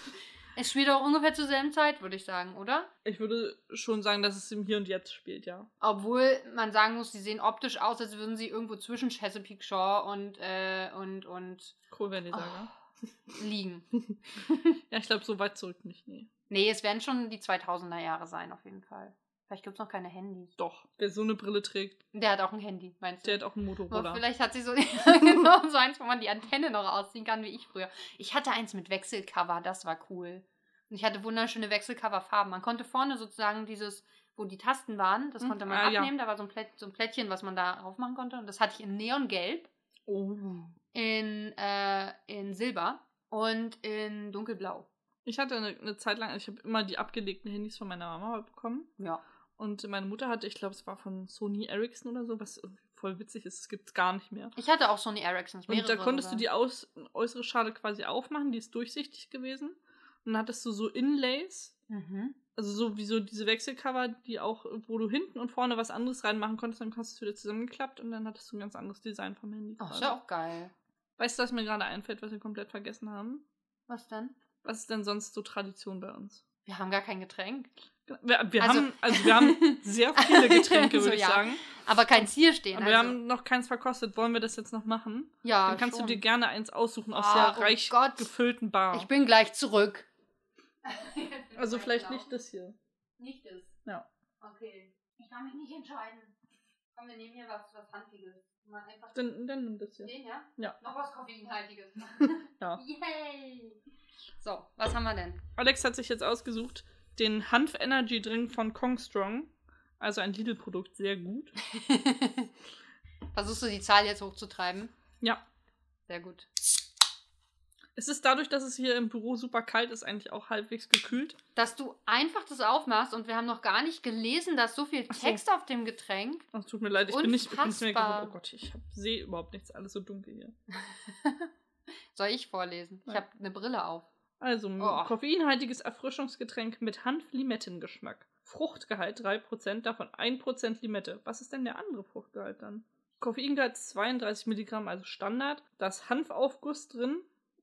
Speaker 2: es spielt auch ungefähr zur selben Zeit, würde ich sagen, oder?
Speaker 1: Ich würde schon sagen, dass es im Hier und Jetzt spielt, ja.
Speaker 2: Obwohl man sagen muss, sie sehen optisch aus, als würden sie irgendwo zwischen Chesapeake Shore und, äh, und, und
Speaker 1: Cool, wenn die
Speaker 2: Oh.
Speaker 1: sagen. ja.
Speaker 2: liegen.
Speaker 1: Ja, ich glaube, so weit zurück nicht. Nee.
Speaker 2: Nee, es werden schon die 2000er Jahre sein, auf jeden Fall. Vielleicht gibt es noch keine Handys.
Speaker 1: Doch. Wer so eine Brille trägt,
Speaker 2: Der hat auch ein Handy, meinst du?
Speaker 1: der hat auch einen Motorola.
Speaker 2: Aber vielleicht hat sie so, genau, so eins, wo man die Antenne noch ausziehen kann, wie ich früher. Ich hatte eins mit Wechselcover, das war cool. Und ich hatte wunderschöne Wechselcoverfarben. Man konnte vorne sozusagen dieses wo die Tasten waren. Das
Speaker 1: Hm,
Speaker 2: konnte man
Speaker 1: ah, ja.
Speaker 2: abnehmen. Da war so ein, Plätt, so ein Plättchen, was man da aufmachen konnte. Und das hatte ich in Neongelb,
Speaker 1: Oh.
Speaker 2: in, äh, in Silber und in Dunkelblau.
Speaker 1: Ich hatte eine, eine Zeit lang, ich habe immer die abgelegten Handys von meiner Mama bekommen.
Speaker 2: Ja.
Speaker 1: Und meine Mutter hatte, ich glaube, es war von Sony Ericsson oder so, was irgendwie voll witzig ist, es gibt es gar nicht mehr.
Speaker 2: Ich hatte auch Sony Ericssons.
Speaker 1: Und da
Speaker 2: mehrere
Speaker 1: konntest du
Speaker 2: sogar.
Speaker 1: die aus, äußere Schale quasi aufmachen, die ist durchsichtig gewesen. Und dann hattest du so Inlays,
Speaker 2: Mhm.
Speaker 1: also so wie so diese Wechselcover, die auch, wo du hinten und vorne was anderes reinmachen konntest, dann hast du es wieder zusammengeklappt und dann hattest du ein ganz anderes Design vom Handy.
Speaker 2: Ach, Oh, ist
Speaker 1: quasi.
Speaker 2: ja auch geil.
Speaker 1: Weißt du, was mir gerade einfällt, was wir komplett vergessen haben?
Speaker 2: Was denn?
Speaker 1: Was ist denn sonst so Tradition bei uns?
Speaker 2: Wir haben gar kein Getränk.
Speaker 1: Wir, wir
Speaker 2: Also-
Speaker 1: haben, also wir haben sehr viele Getränke,
Speaker 2: So,
Speaker 1: würde ich
Speaker 2: ja.
Speaker 1: sagen.
Speaker 2: Aber kein Ziel stehen.
Speaker 1: Aber wir haben noch keins verkostet. Wollen wir das jetzt noch machen?
Speaker 2: ja,
Speaker 1: Dann kannst
Speaker 2: schon.
Speaker 1: du dir gerne eins aussuchen aus
Speaker 2: Ah,
Speaker 1: der
Speaker 2: oh
Speaker 1: reich
Speaker 2: Gott.
Speaker 1: gefüllten Bar.
Speaker 2: Ich bin gleich zurück.
Speaker 1: also vielleicht
Speaker 2: genau.
Speaker 1: nicht das hier.
Speaker 2: Nicht ist.
Speaker 1: Ja.
Speaker 2: Okay. Ich kann mich nicht entscheiden. Komm, wir nehmen hier was, was Handliches. Mal einfach
Speaker 1: Dann, dann nimm das hier.
Speaker 2: den, ja?
Speaker 1: Ja.
Speaker 2: Noch was Koffeinhaltiges.
Speaker 1: Ja.
Speaker 2: Yay! So, was haben wir denn?
Speaker 1: Alex hat sich jetzt ausgesucht den Hanf Energy Drink von Kongstrong. Also ein Lidl-Produkt, sehr gut.
Speaker 2: Versuchst du die Zahl jetzt hochzutreiben?
Speaker 1: Ja.
Speaker 2: Sehr gut.
Speaker 1: Es ist dadurch, dass es hier im Büro super kalt ist, eigentlich auch halbwegs gekühlt.
Speaker 2: Dass du einfach das aufmachst und wir haben noch gar nicht gelesen, dass so viel
Speaker 1: Ach so.
Speaker 2: Text auf dem Getränk.
Speaker 1: Oh, Es tut mir leid, ich bin nicht, ich bin nicht mehr
Speaker 2: Unfassbar.
Speaker 1: gewohnt. Oh Gott, ich hab, sehe überhaupt nichts, alles so dunkel hier.
Speaker 2: Soll ich vorlesen? Ich
Speaker 1: Nein.
Speaker 2: habe eine Brille auf.
Speaker 1: Also,
Speaker 2: Oh.
Speaker 1: koffeinhaltiges Erfrischungsgetränk mit Hanf-Limettengeschmack. Fruchtgehalt 3%, davon 1% Limette. Was ist denn der andere Fruchtgehalt dann? Koffeingehalt 32 Milligramm, also Standard. Das Hanfaufguss drin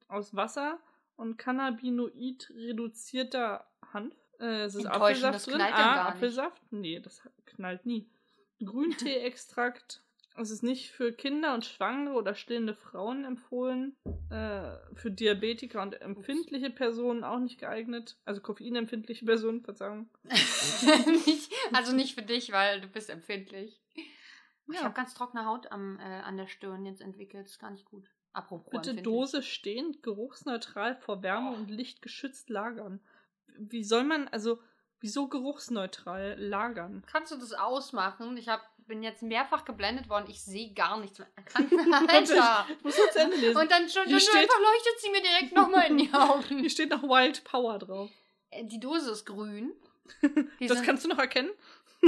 Speaker 1: aus Wasser und Cannabinoid reduzierter Hanf. Äh, es ist
Speaker 2: Enttäuschend,
Speaker 1: Apfelsaft
Speaker 2: das
Speaker 1: drin.
Speaker 2: knallt ja
Speaker 1: Ah,
Speaker 2: gar nicht.
Speaker 1: Apfelsaft? Nee, das knallt nie. Grüntee-Extrakt. Es ist nicht für Kinder und Schwangere oder stillende Frauen empfohlen. Äh, für Diabetiker und empfindliche Personen auch nicht geeignet. Also koffeinempfindliche Personen, Verzeihung.
Speaker 2: nicht, also nicht für dich, weil du bist empfindlich. Ich
Speaker 1: Ja.
Speaker 2: habe ganz trockene Haut am, äh, an der Stirn jetzt entwickelt. Ist gar nicht gut. Apropos
Speaker 1: Bitte
Speaker 2: Oh, empfindlich.
Speaker 1: Dose stehend, geruchsneutral, vor Wärme
Speaker 2: Oh.
Speaker 1: und Licht geschützt lagern. Wie soll man, also, wieso geruchsneutral lagern?
Speaker 2: Kannst du das ausmachen? Ich hab, bin jetzt mehrfach geblendet worden. Ich sehe gar nichts mehr. Alter!
Speaker 1: Ich muss jetzt Ende lesen.
Speaker 2: Und dann schon,
Speaker 1: Hier
Speaker 2: schon
Speaker 1: steht-
Speaker 2: einfach leuchtet sie mir direkt nochmal in die Augen.
Speaker 1: Hier steht noch Wild Power drauf.
Speaker 2: Äh, Die Dose ist grün. Die
Speaker 1: das
Speaker 2: sind
Speaker 1: kannst du noch erkennen?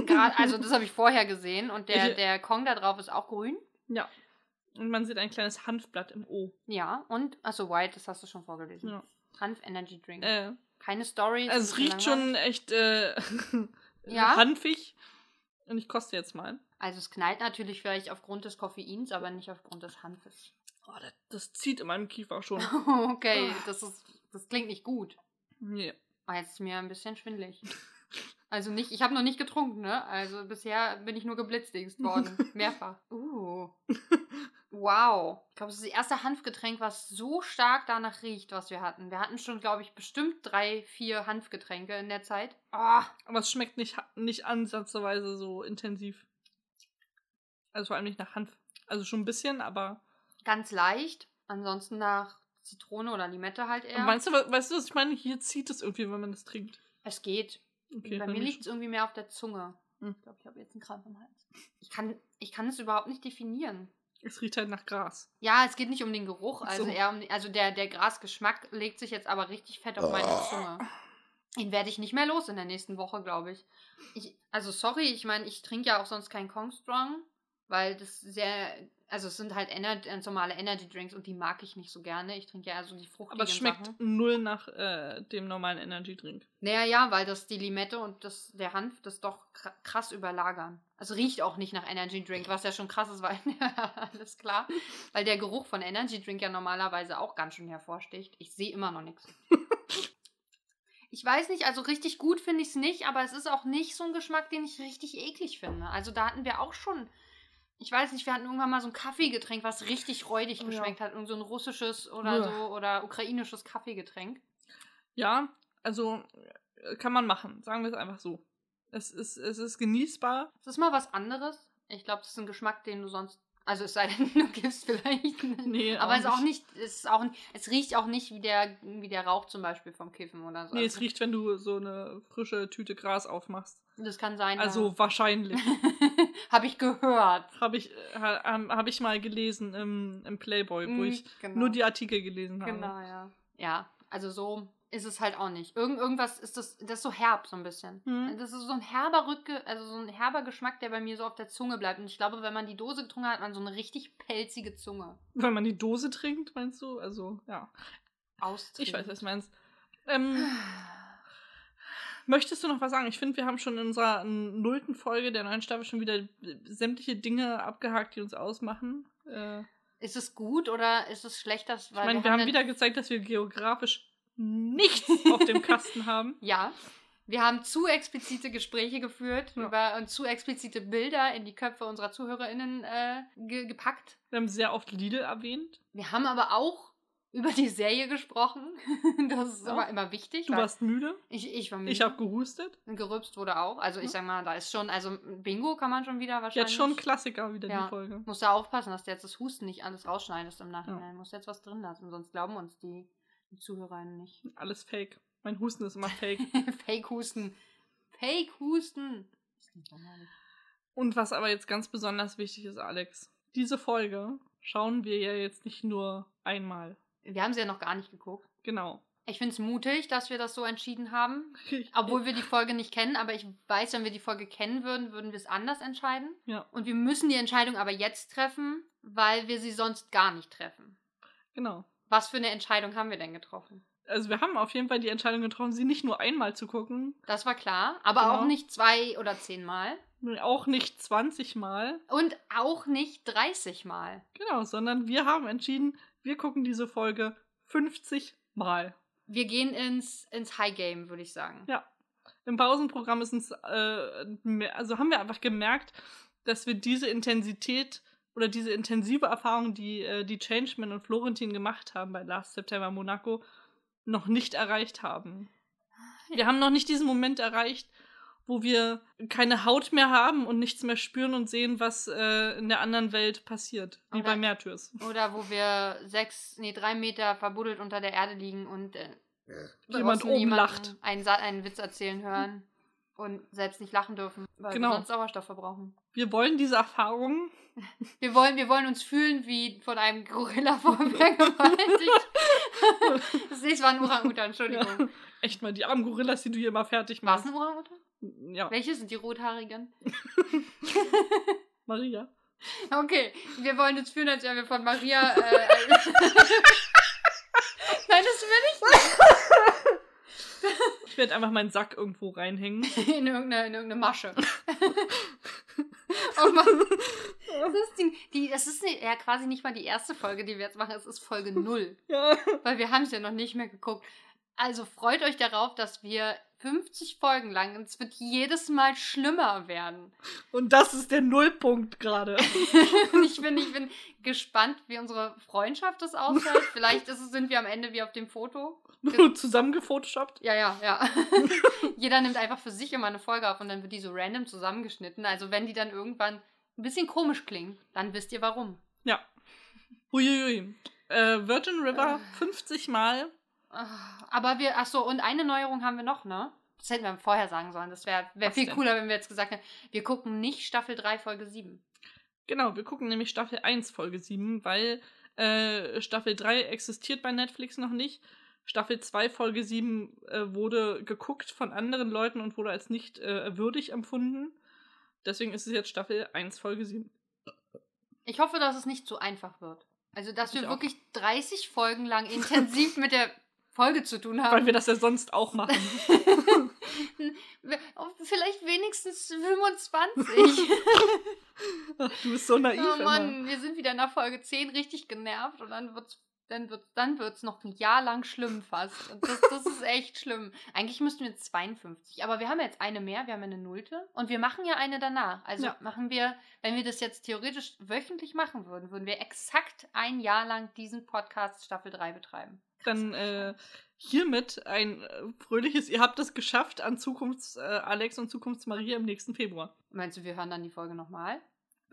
Speaker 2: grad, also das habe ich vorher gesehen. Und der,
Speaker 1: Ich-
Speaker 2: der Kong da drauf ist auch grün.
Speaker 1: Ja. Und man sieht ein kleines Hanfblatt im O.
Speaker 2: Ja, und, achso, White, das hast du schon vorgelesen.
Speaker 1: Ja.
Speaker 2: Hanf Energy Drink.
Speaker 1: Äh,
Speaker 2: Keine Story.
Speaker 1: also es
Speaker 2: ist
Speaker 1: riecht
Speaker 2: langweilig.
Speaker 1: schon echt äh,
Speaker 2: Ja?
Speaker 1: hanfig. Und ich koste jetzt mal.
Speaker 2: Also es knallt natürlich vielleicht aufgrund des Koffeins, aber nicht aufgrund des Hanfes.
Speaker 1: Oh, das, das zieht in meinem Kiefer schon.
Speaker 2: okay, das ist das klingt nicht gut.
Speaker 1: Nee.
Speaker 2: Ah, jetzt ist mir ein bisschen schwindelig. Also nicht, ich habe noch nicht getrunken, ne? Also bisher bin ich nur geblitzdingst worden. Mehrfach. Uh. Wow. Ich glaube, es ist das erste Hanfgetränk, was so stark danach riecht, was wir hatten. Wir hatten schon, glaube ich, bestimmt drei, vier Hanfgetränke in der Zeit. Ah,
Speaker 1: Aber es schmeckt nicht, ha- nicht ansatzweise so intensiv. Also vor allem nicht nach Hanf. Also schon ein bisschen, aber.
Speaker 2: ganz leicht. Ansonsten nach Zitrone oder Limette halt eher.
Speaker 1: Und Meinst du, we- weißt du, was ich meine? Hier zieht es irgendwie, wenn man das trinkt.
Speaker 2: es geht.
Speaker 1: Okay,
Speaker 2: Bei
Speaker 1: dann
Speaker 2: mir
Speaker 1: ist-
Speaker 2: liegt es irgendwie mehr auf der Zunge.
Speaker 1: Hm.
Speaker 2: Ich glaube, ich habe jetzt einen Krampf im Hals. Ich kann, ich kann es überhaupt nicht definieren.
Speaker 1: Es riecht halt nach Gras.
Speaker 2: Ja, es geht nicht um den Geruch,
Speaker 1: Ach
Speaker 2: also
Speaker 1: so.
Speaker 2: eher um, also der, der Grasgeschmack legt sich jetzt aber richtig fett auf meine Zunge. Den werde ich nicht mehr los in der nächsten Woche, glaube ich. ich. Also sorry, ich meine, ich trinke ja auch sonst keinen Kongstrong, weil das sehr, also es sind halt Ener äh, normale Energy Drinks und die mag ich nicht so gerne. Ich trinke ja also die fruchtigen
Speaker 1: Aber es schmeckt
Speaker 2: Sachen.
Speaker 1: null nach äh, dem normalen Energy Drink.
Speaker 2: Naja, ja, weil das die Limette und das, der Hanf das doch kr- krass überlagern. Also riecht auch nicht nach Energy Drink, was ja schon krass ist, weil alles klar. Weil der Geruch von Energy Drink ja normalerweise auch ganz schön hervorsticht. Ich sehe immer noch nichts. Ich weiß nicht, also richtig gut finde ich es nicht, aber es ist auch nicht so ein Geschmack, den ich richtig eklig finde. Also da hatten wir auch schon, ich weiß nicht, wir hatten irgendwann mal so ein Kaffeegetränk, was richtig räudig
Speaker 1: Ja.
Speaker 2: geschmeckt hat. Irgend so ein russisches oder
Speaker 1: Uah.
Speaker 2: so oder ukrainisches Kaffeegetränk.
Speaker 1: Ja, also äh, kann man machen. Sagen wir es einfach so. Es ist, es ist genießbar.
Speaker 2: Es ist mal was anderes. Ich glaube, das ist ein Geschmack, den du sonst. Also es sei denn, du gibst vielleicht.
Speaker 1: Nee,
Speaker 2: aber es ist auch nicht, es ist auch, es riecht auch nicht wie der, wie der Rauch zum Beispiel vom Kiffen oder so.
Speaker 1: Nee,
Speaker 2: Also
Speaker 1: es riecht, wenn du so eine frische Tüte Gras aufmachst.
Speaker 2: Das kann sein.
Speaker 1: Also wahrscheinlich.
Speaker 2: Habe ich gehört.
Speaker 1: Habe ich, äh, ha, ähm, hab ich mal gelesen im, im Playboy, wo
Speaker 2: Mm,
Speaker 1: ich
Speaker 2: genau.
Speaker 1: nur die Artikel gelesen habe.
Speaker 2: Genau, ja. Ja, also so ist es halt auch nicht. Irgend, irgendwas ist das, das ist so herb so ein bisschen.
Speaker 1: Hm.
Speaker 2: Das ist so ein herber Rückge also so ein herber Geschmack, der bei mir so auf der Zunge bleibt. Und ich glaube, wenn man die Dose getrunken hat, hat man so eine richtig pelzige Zunge.
Speaker 1: Wenn man die Dose trinkt, meinst du? Also, ja.
Speaker 2: Austrinken.
Speaker 1: Ich weiß, was du meinst. Ähm, möchtest du noch was sagen? Ich finde, wir haben schon in unserer nullten Folge der neuen Staffel schon wieder äh, sämtliche Dinge abgehakt, die uns ausmachen. Äh, ich
Speaker 2: Ist es gut oder ist es schlecht, dass weil
Speaker 1: meine, wir haben
Speaker 2: ja-
Speaker 1: wieder gezeigt, dass wir geografisch nichts auf dem Kasten haben.
Speaker 2: Ja. Wir haben zu explizite Gespräche geführt
Speaker 1: Ja.
Speaker 2: über, und zu explizite Bilder in die Köpfe unserer ZuhörerInnen äh, ge gepackt.
Speaker 1: Wir haben sehr oft Lidl erwähnt.
Speaker 2: Wir haben aber auch über die Serie gesprochen. Das ist
Speaker 1: Ja.
Speaker 2: aber immer wichtig.
Speaker 1: Du
Speaker 2: weil-
Speaker 1: warst müde.
Speaker 2: Ich, ich war müde.
Speaker 1: Ich habe gehustet.
Speaker 2: gerübst wurde auch. Also ich
Speaker 1: Mhm.
Speaker 2: sag mal, da ist schon, also Bingo kann man schon wieder wahrscheinlich.
Speaker 1: Jetzt schon ein Klassiker wieder
Speaker 2: Ja.
Speaker 1: die Folge.
Speaker 2: Musst da aufpassen, dass du jetzt das Husten nicht alles rausschneidest im Nachhinein. Musst jetzt was drin lassen, sonst glauben uns die, die ZuhörerInnen nicht.
Speaker 1: Alles fake. Mein Husten ist immer fake.
Speaker 2: Fake Husten. Fake Husten. Das klingt langweilig.
Speaker 1: Und was aber jetzt ganz besonders wichtig ist, Alex, diese Folge schauen wir ja jetzt nicht nur einmal.
Speaker 2: Wir haben sie ja noch gar nicht geguckt.
Speaker 1: Genau.
Speaker 2: Ich finde es mutig, dass wir das so entschieden haben. Obwohl wir die Folge nicht kennen, aber ich weiß, wenn wir die Folge kennen würden, würden wir es anders entscheiden.
Speaker 1: Ja.
Speaker 2: Und wir müssen die Entscheidung aber jetzt treffen, weil wir sie sonst gar nicht treffen.
Speaker 1: genau.
Speaker 2: Was für eine Entscheidung haben wir denn getroffen?
Speaker 1: Also wir haben auf jeden Fall die Entscheidung getroffen, sie nicht nur einmal zu gucken,
Speaker 2: Das war klar, aber
Speaker 1: Genau.
Speaker 2: auch nicht zwei oder zehnmal
Speaker 1: auch nicht 20 Mal,
Speaker 2: und auch nicht 30 Mal.
Speaker 1: genau, sondern wir haben entschieden, wir gucken diese Folge 50 Mal.
Speaker 2: Wir gehen ins, ins High Game, würde ich sagen.
Speaker 1: Ja. Im Pausenprogramm ist uns, äh, mehr- also haben wir einfach gemerkt, dass wir diese Intensität oder diese intensive Erfahrung, die äh, die Changeman und Florentin gemacht haben bei Last September Monaco, noch nicht erreicht haben. Wir haben noch nicht diesen Moment erreicht, wo wir keine Haut mehr haben und nichts mehr spüren und sehen, was äh, in der anderen Welt passiert, wie
Speaker 2: Oder-
Speaker 1: bei Märtyrs.
Speaker 2: Oder wo wir sechs, nee, drei Meter verbuddelt unter der Erde liegen und äh,
Speaker 1: Jemand
Speaker 2: draußen
Speaker 1: oben
Speaker 2: jemanden
Speaker 1: lacht.
Speaker 2: Einen, Sa einen Witz erzählen hören und selbst nicht lachen dürfen, weil
Speaker 1: Genau.
Speaker 2: wir sonst Sauerstoff verbrauchen.
Speaker 1: Wir wollen diese Erfahrung
Speaker 2: Wir wollen, wir wollen uns fühlen wie von einem Gorilla vergewaltigt. das nächste war ein Orang-Utan, Entschuldigung.
Speaker 1: Ja. echt mal die armen Gorillas, die du hier immer fertig
Speaker 2: War es
Speaker 1: machst.
Speaker 2: ein Orang-Utan?
Speaker 1: Ja,
Speaker 2: Welche sind die rothaarigen?
Speaker 1: Maria.
Speaker 2: Okay, wir wollen uns fühlen, als wären wir von Maria. Äh, äh, Nein, das will
Speaker 1: Ich werde einfach meinen Sack irgendwo reinhängen.
Speaker 2: ich in irgendeine, in irgendeine Masche. oh Mann. Das ist, die, die, das ist nicht- ja quasi nicht mal die erste Folge, die wir jetzt machen. Es ist Folge null,
Speaker 1: Ja.
Speaker 2: weil wir haben es ja noch nicht mehr geguckt. Also freut euch darauf, dass wir 50 Folgen lang und es wird jedes Mal schlimmer werden.
Speaker 1: Und das ist der Nullpunkt gerade.
Speaker 2: Und ich bin, ich bin gespannt, wie unsere Freundschaft das aushält. Vielleicht ist es, sind wir am Ende wie auf dem Foto. Genau.
Speaker 1: Nur zusammengefotoshoppt.
Speaker 2: Ja, ja, ja. Jeder nimmt einfach für sich immer eine Folge auf und dann wird die so random zusammengeschnitten. Also wenn die dann irgendwann ein bisschen komisch klingen, dann wisst ihr warum.
Speaker 1: Uiuiui. Äh, Virgin River 50 Mal.
Speaker 2: Ah, Aber wir, ach so, und eine Neuerung haben wir noch, ne? Das hätten wir vorher sagen sollen. Das wäre wär
Speaker 1: Was
Speaker 2: viel
Speaker 1: denn?
Speaker 2: cooler, wenn wir jetzt gesagt hätten, wir gucken nicht Staffel 3, Folge 7.
Speaker 1: Genau, wir gucken nämlich Staffel 1, Folge 7, weil äh, Staffel 3 existiert bei Netflix noch nicht. Staffel 2, Folge 7 äh, wurde geguckt von anderen Leuten und wurde als nicht äh, würdig empfunden. Deswegen ist es jetzt Staffel 1, Folge 7.
Speaker 2: Ich hoffe, dass es nicht so einfach wird. Also, dass
Speaker 1: Ich
Speaker 2: wir
Speaker 1: auch.
Speaker 2: wirklich 30 Folgen lang intensiv mit der Folge zu tun haben.
Speaker 1: Weil wir das ja sonst auch machen.
Speaker 2: Wir- oh, Vielleicht wenigstens 25.
Speaker 1: Ach, du bist so naiv.
Speaker 2: Oh
Speaker 1: Immer.
Speaker 2: Mann, wir sind wieder nach Folge 10 richtig genervt und dann wird's, dann wird's, dann wird's noch ein Jahr lang schlimm fast. Und das, das ist echt schlimm. Eigentlich müssten wir 52, aber wir haben jetzt eine mehr, wir haben eine Nullte und wir machen ja eine danach. Also
Speaker 1: Ja.
Speaker 2: machen wir, wenn wir das jetzt theoretisch wöchentlich machen würden, würden wir exakt ein Jahr lang diesen Podcast Staffel 3 betreiben.
Speaker 1: Dann äh, hiermit ein äh, fröhliches, ihr habt es geschafft an Zukunfts äh, Alex und Zukunfts Maria im nächsten Februar.
Speaker 2: Meinst du, wir hören dann die Folge nochmal?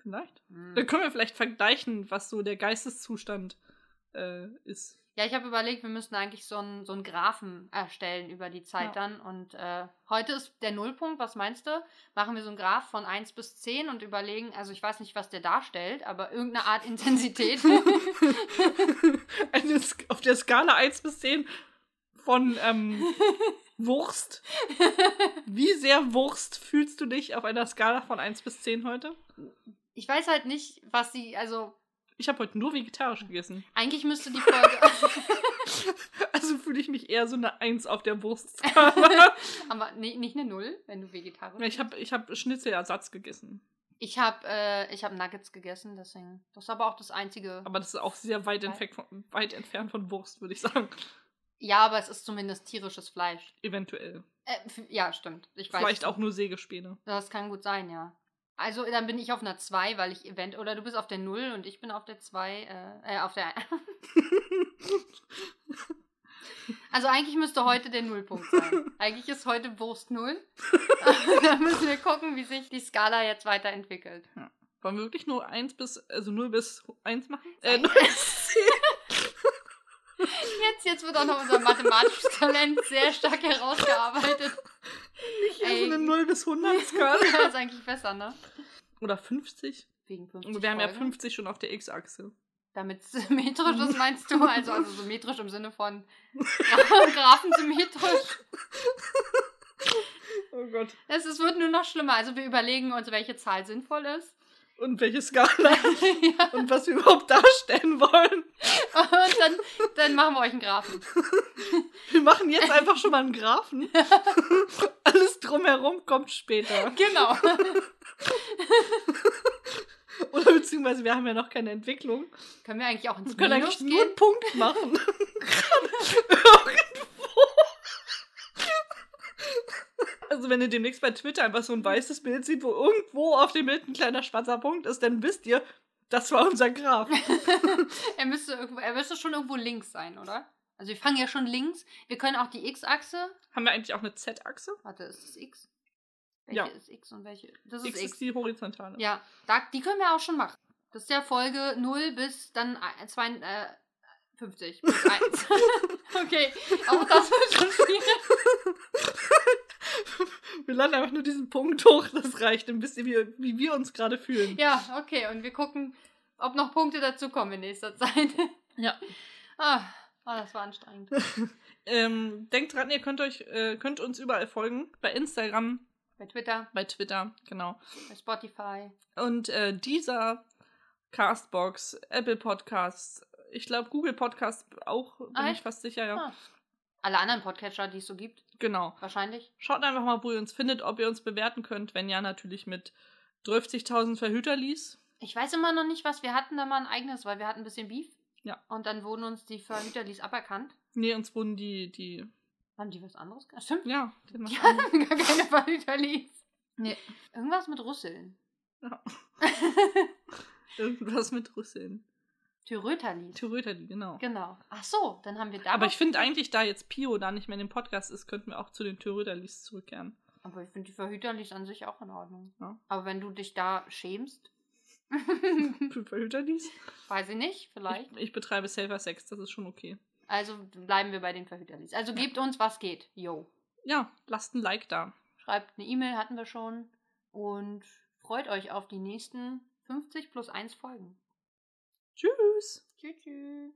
Speaker 1: Vielleicht.
Speaker 2: Hm.
Speaker 1: Dann können wir vielleicht vergleichen, was so der Geisteszustand äh, ist.
Speaker 2: Ja, ich habe überlegt, wir müssten eigentlich so einen so einen Graphen erstellen über die Zeit
Speaker 1: Ja.
Speaker 2: dann. Und äh, heute ist der Nullpunkt, was meinst du? Machen wir so einen Graph von 1 bis 10 und überlegen, also ich weiß nicht, was der darstellt, aber irgendeine Art Intensität.
Speaker 1: Eine, Sk- auf der Skala 1 bis 10 von ähm, Wurst. Wie sehr Wurst fühlst du dich auf einer Skala von 1 bis 10 heute?
Speaker 2: ich weiß halt nicht, was sie, also
Speaker 1: Ich habe heute nur vegetarisch gegessen.
Speaker 2: eigentlich müsste die Folge.
Speaker 1: Also fühle ich mich eher so eine 1 auf der Wurstskala.
Speaker 2: aber nee, nicht eine Null, wenn du Vegetarier bist.
Speaker 1: ich habe ich hab Schnitzelersatz gegessen.
Speaker 2: Ich habe äh, ich hab Nuggets gegessen, deswegen. Das ist aber auch das Einzige.
Speaker 1: Aber das ist auch sehr weit, entfernt von, weit entfernt von Wurst, würde ich sagen.
Speaker 2: ja, aber es ist zumindest tierisches Fleisch.
Speaker 1: Eventuell.
Speaker 2: Äh, f- ja, stimmt. Ich weiß.
Speaker 1: Vielleicht auch nur Sägespäne.
Speaker 2: Das kann gut sein, ja. Also dann bin ich auf einer 2, weil ich event oder du bist auf der 0 und ich bin auf der 2 äh, äh auf der Also eigentlich müsste heute der Nullpunkt sein. Eigentlich ist heute Wurst 0. dann müssen wir gucken, wie sich die Skala jetzt weiterentwickelt.
Speaker 1: Wollen wir wirklich nur 1 bis, also 0 bis 1 machen? Äh,
Speaker 2: Nein.
Speaker 1: 0 bis 10.
Speaker 2: Jetzt jetzt wird auch noch unser mathematisches Talent sehr stark herausgearbeitet.
Speaker 1: Ich
Speaker 2: Ey.
Speaker 1: esse eine 0 bis 100 Skala.
Speaker 2: Das ist eigentlich besser, ne?
Speaker 1: Oder 50.
Speaker 2: Wegen 50
Speaker 1: Wir haben ja
Speaker 2: Folgen.
Speaker 1: 50 schon auf der X-Achse.
Speaker 2: Damit symmetrisch ist, meinst du? Also, also symmetrisch im Sinne von Graphen symmetrisch.
Speaker 1: Oh Gott.
Speaker 2: Es, es wird nur noch schlimmer. Also wir überlegen uns, welche Zahl sinnvoll ist.
Speaker 1: Und welche Skala
Speaker 2: ja.
Speaker 1: und was wir überhaupt darstellen wollen.
Speaker 2: Und dann, dann machen wir euch einen Graphen.
Speaker 1: Wir machen jetzt einfach schon mal einen Graphen. Alles drumherum kommt später.
Speaker 2: Genau.
Speaker 1: Oder beziehungsweise wir haben ja noch keine Entwicklung.
Speaker 2: Können wir eigentlich auch ins
Speaker 1: Wir können eigentlich
Speaker 2: Minus
Speaker 1: nur
Speaker 2: gehen?
Speaker 1: einen Punkt machen. Also wenn ihr demnächst bei Twitter einfach so ein weißes Bild seht, wo irgendwo auf dem Bild ein kleiner schwarzer Punkt ist, dann wisst ihr, das war unser Graph.
Speaker 2: Er müsste, irgendwo, er müsste schon irgendwo links sein, oder? Also wir fangen ja schon links. Wir können auch die X-Achse.
Speaker 1: Haben wir eigentlich auch eine Z-Achse?
Speaker 2: Warte, ist das X? Welche
Speaker 1: Ja.
Speaker 2: ist X und welche? Das ist
Speaker 1: X
Speaker 2: X.
Speaker 1: ist die horizontale.
Speaker 2: Ja, da, die können wir auch schon machen. Das ist ja Folge 0 bis dann ein- zwei, äh, 50 bis 1. okay, auch das wird schon schwierig.
Speaker 1: Wir laden einfach nur diesen Punkt hoch, das reicht. Dann wisst ihr, wie, wie wir uns gerade fühlen.
Speaker 2: Ja, okay, und wir gucken, ob noch Punkte dazu kommen in nächster Zeit.
Speaker 1: Ja.
Speaker 2: Ah, oh, das war anstrengend.
Speaker 1: Ähm, denkt dran, ihr könnt euch, äh, könnt uns überall folgen. Bei Instagram,
Speaker 2: Bei Twitter,
Speaker 1: bei Twitter, genau.
Speaker 2: bei Spotify.
Speaker 1: Und äh, dieser Castbox, Apple Podcasts, ich glaube Google Podcasts auch, bin
Speaker 2: Ah,
Speaker 1: ich
Speaker 2: echt?
Speaker 1: fast sicher, ja.
Speaker 2: Ah. Alle anderen Podcatcher, die es so gibt,
Speaker 1: Genau.
Speaker 2: wahrscheinlich.
Speaker 1: Schaut einfach mal, wo ihr uns findet, ob ihr uns bewerten könnt. Wenn ja, natürlich mit 50.000 Verhüter ließ.
Speaker 2: Ich weiß immer noch nicht, was wir hatten da mal ein eigenes, weil wir hatten ein bisschen Beef.
Speaker 1: Ja.
Speaker 2: Und dann wurden uns die Verhüterlies aberkannt.
Speaker 1: Nee, uns wurden die, die,
Speaker 2: Haben die was anderes? ge- Stimmt,
Speaker 1: ja, den
Speaker 2: Die
Speaker 1: ja.
Speaker 2: hatten gar keine Verhüterlis.
Speaker 1: Nee.
Speaker 2: Irgendwas mit Rüsseln.
Speaker 1: Ja. irgendwas mit Rüsseln.
Speaker 2: Tyröterlis.
Speaker 1: Tyröterli, genau.
Speaker 2: Genau. Ach so, dann haben wir da.
Speaker 1: Aber ich finde eigentlich, da jetzt Pio da nicht mehr in dem Podcast ist, könnten wir auch zu den Tyröterlis zurückkehren.
Speaker 2: Aber ich finde die Verhüterlis an sich auch in Ordnung.
Speaker 1: Ja.
Speaker 2: Aber wenn du dich da schämst,
Speaker 1: Für Verhüterlis?
Speaker 2: weiß ich nicht, vielleicht.
Speaker 1: Ich, ich betreibe Safer Sex, das ist schon okay.
Speaker 2: Also bleiben wir bei den Verhüterlis. Also gebt uns, was geht. Yo.
Speaker 1: Ja, lasst ein Like da.
Speaker 2: Schreibt eine E-Mail, hatten wir schon. Und freut euch auf die nächsten 50 plus 1 Folgen.
Speaker 1: Tschüss.
Speaker 2: Tschüss. tschüss.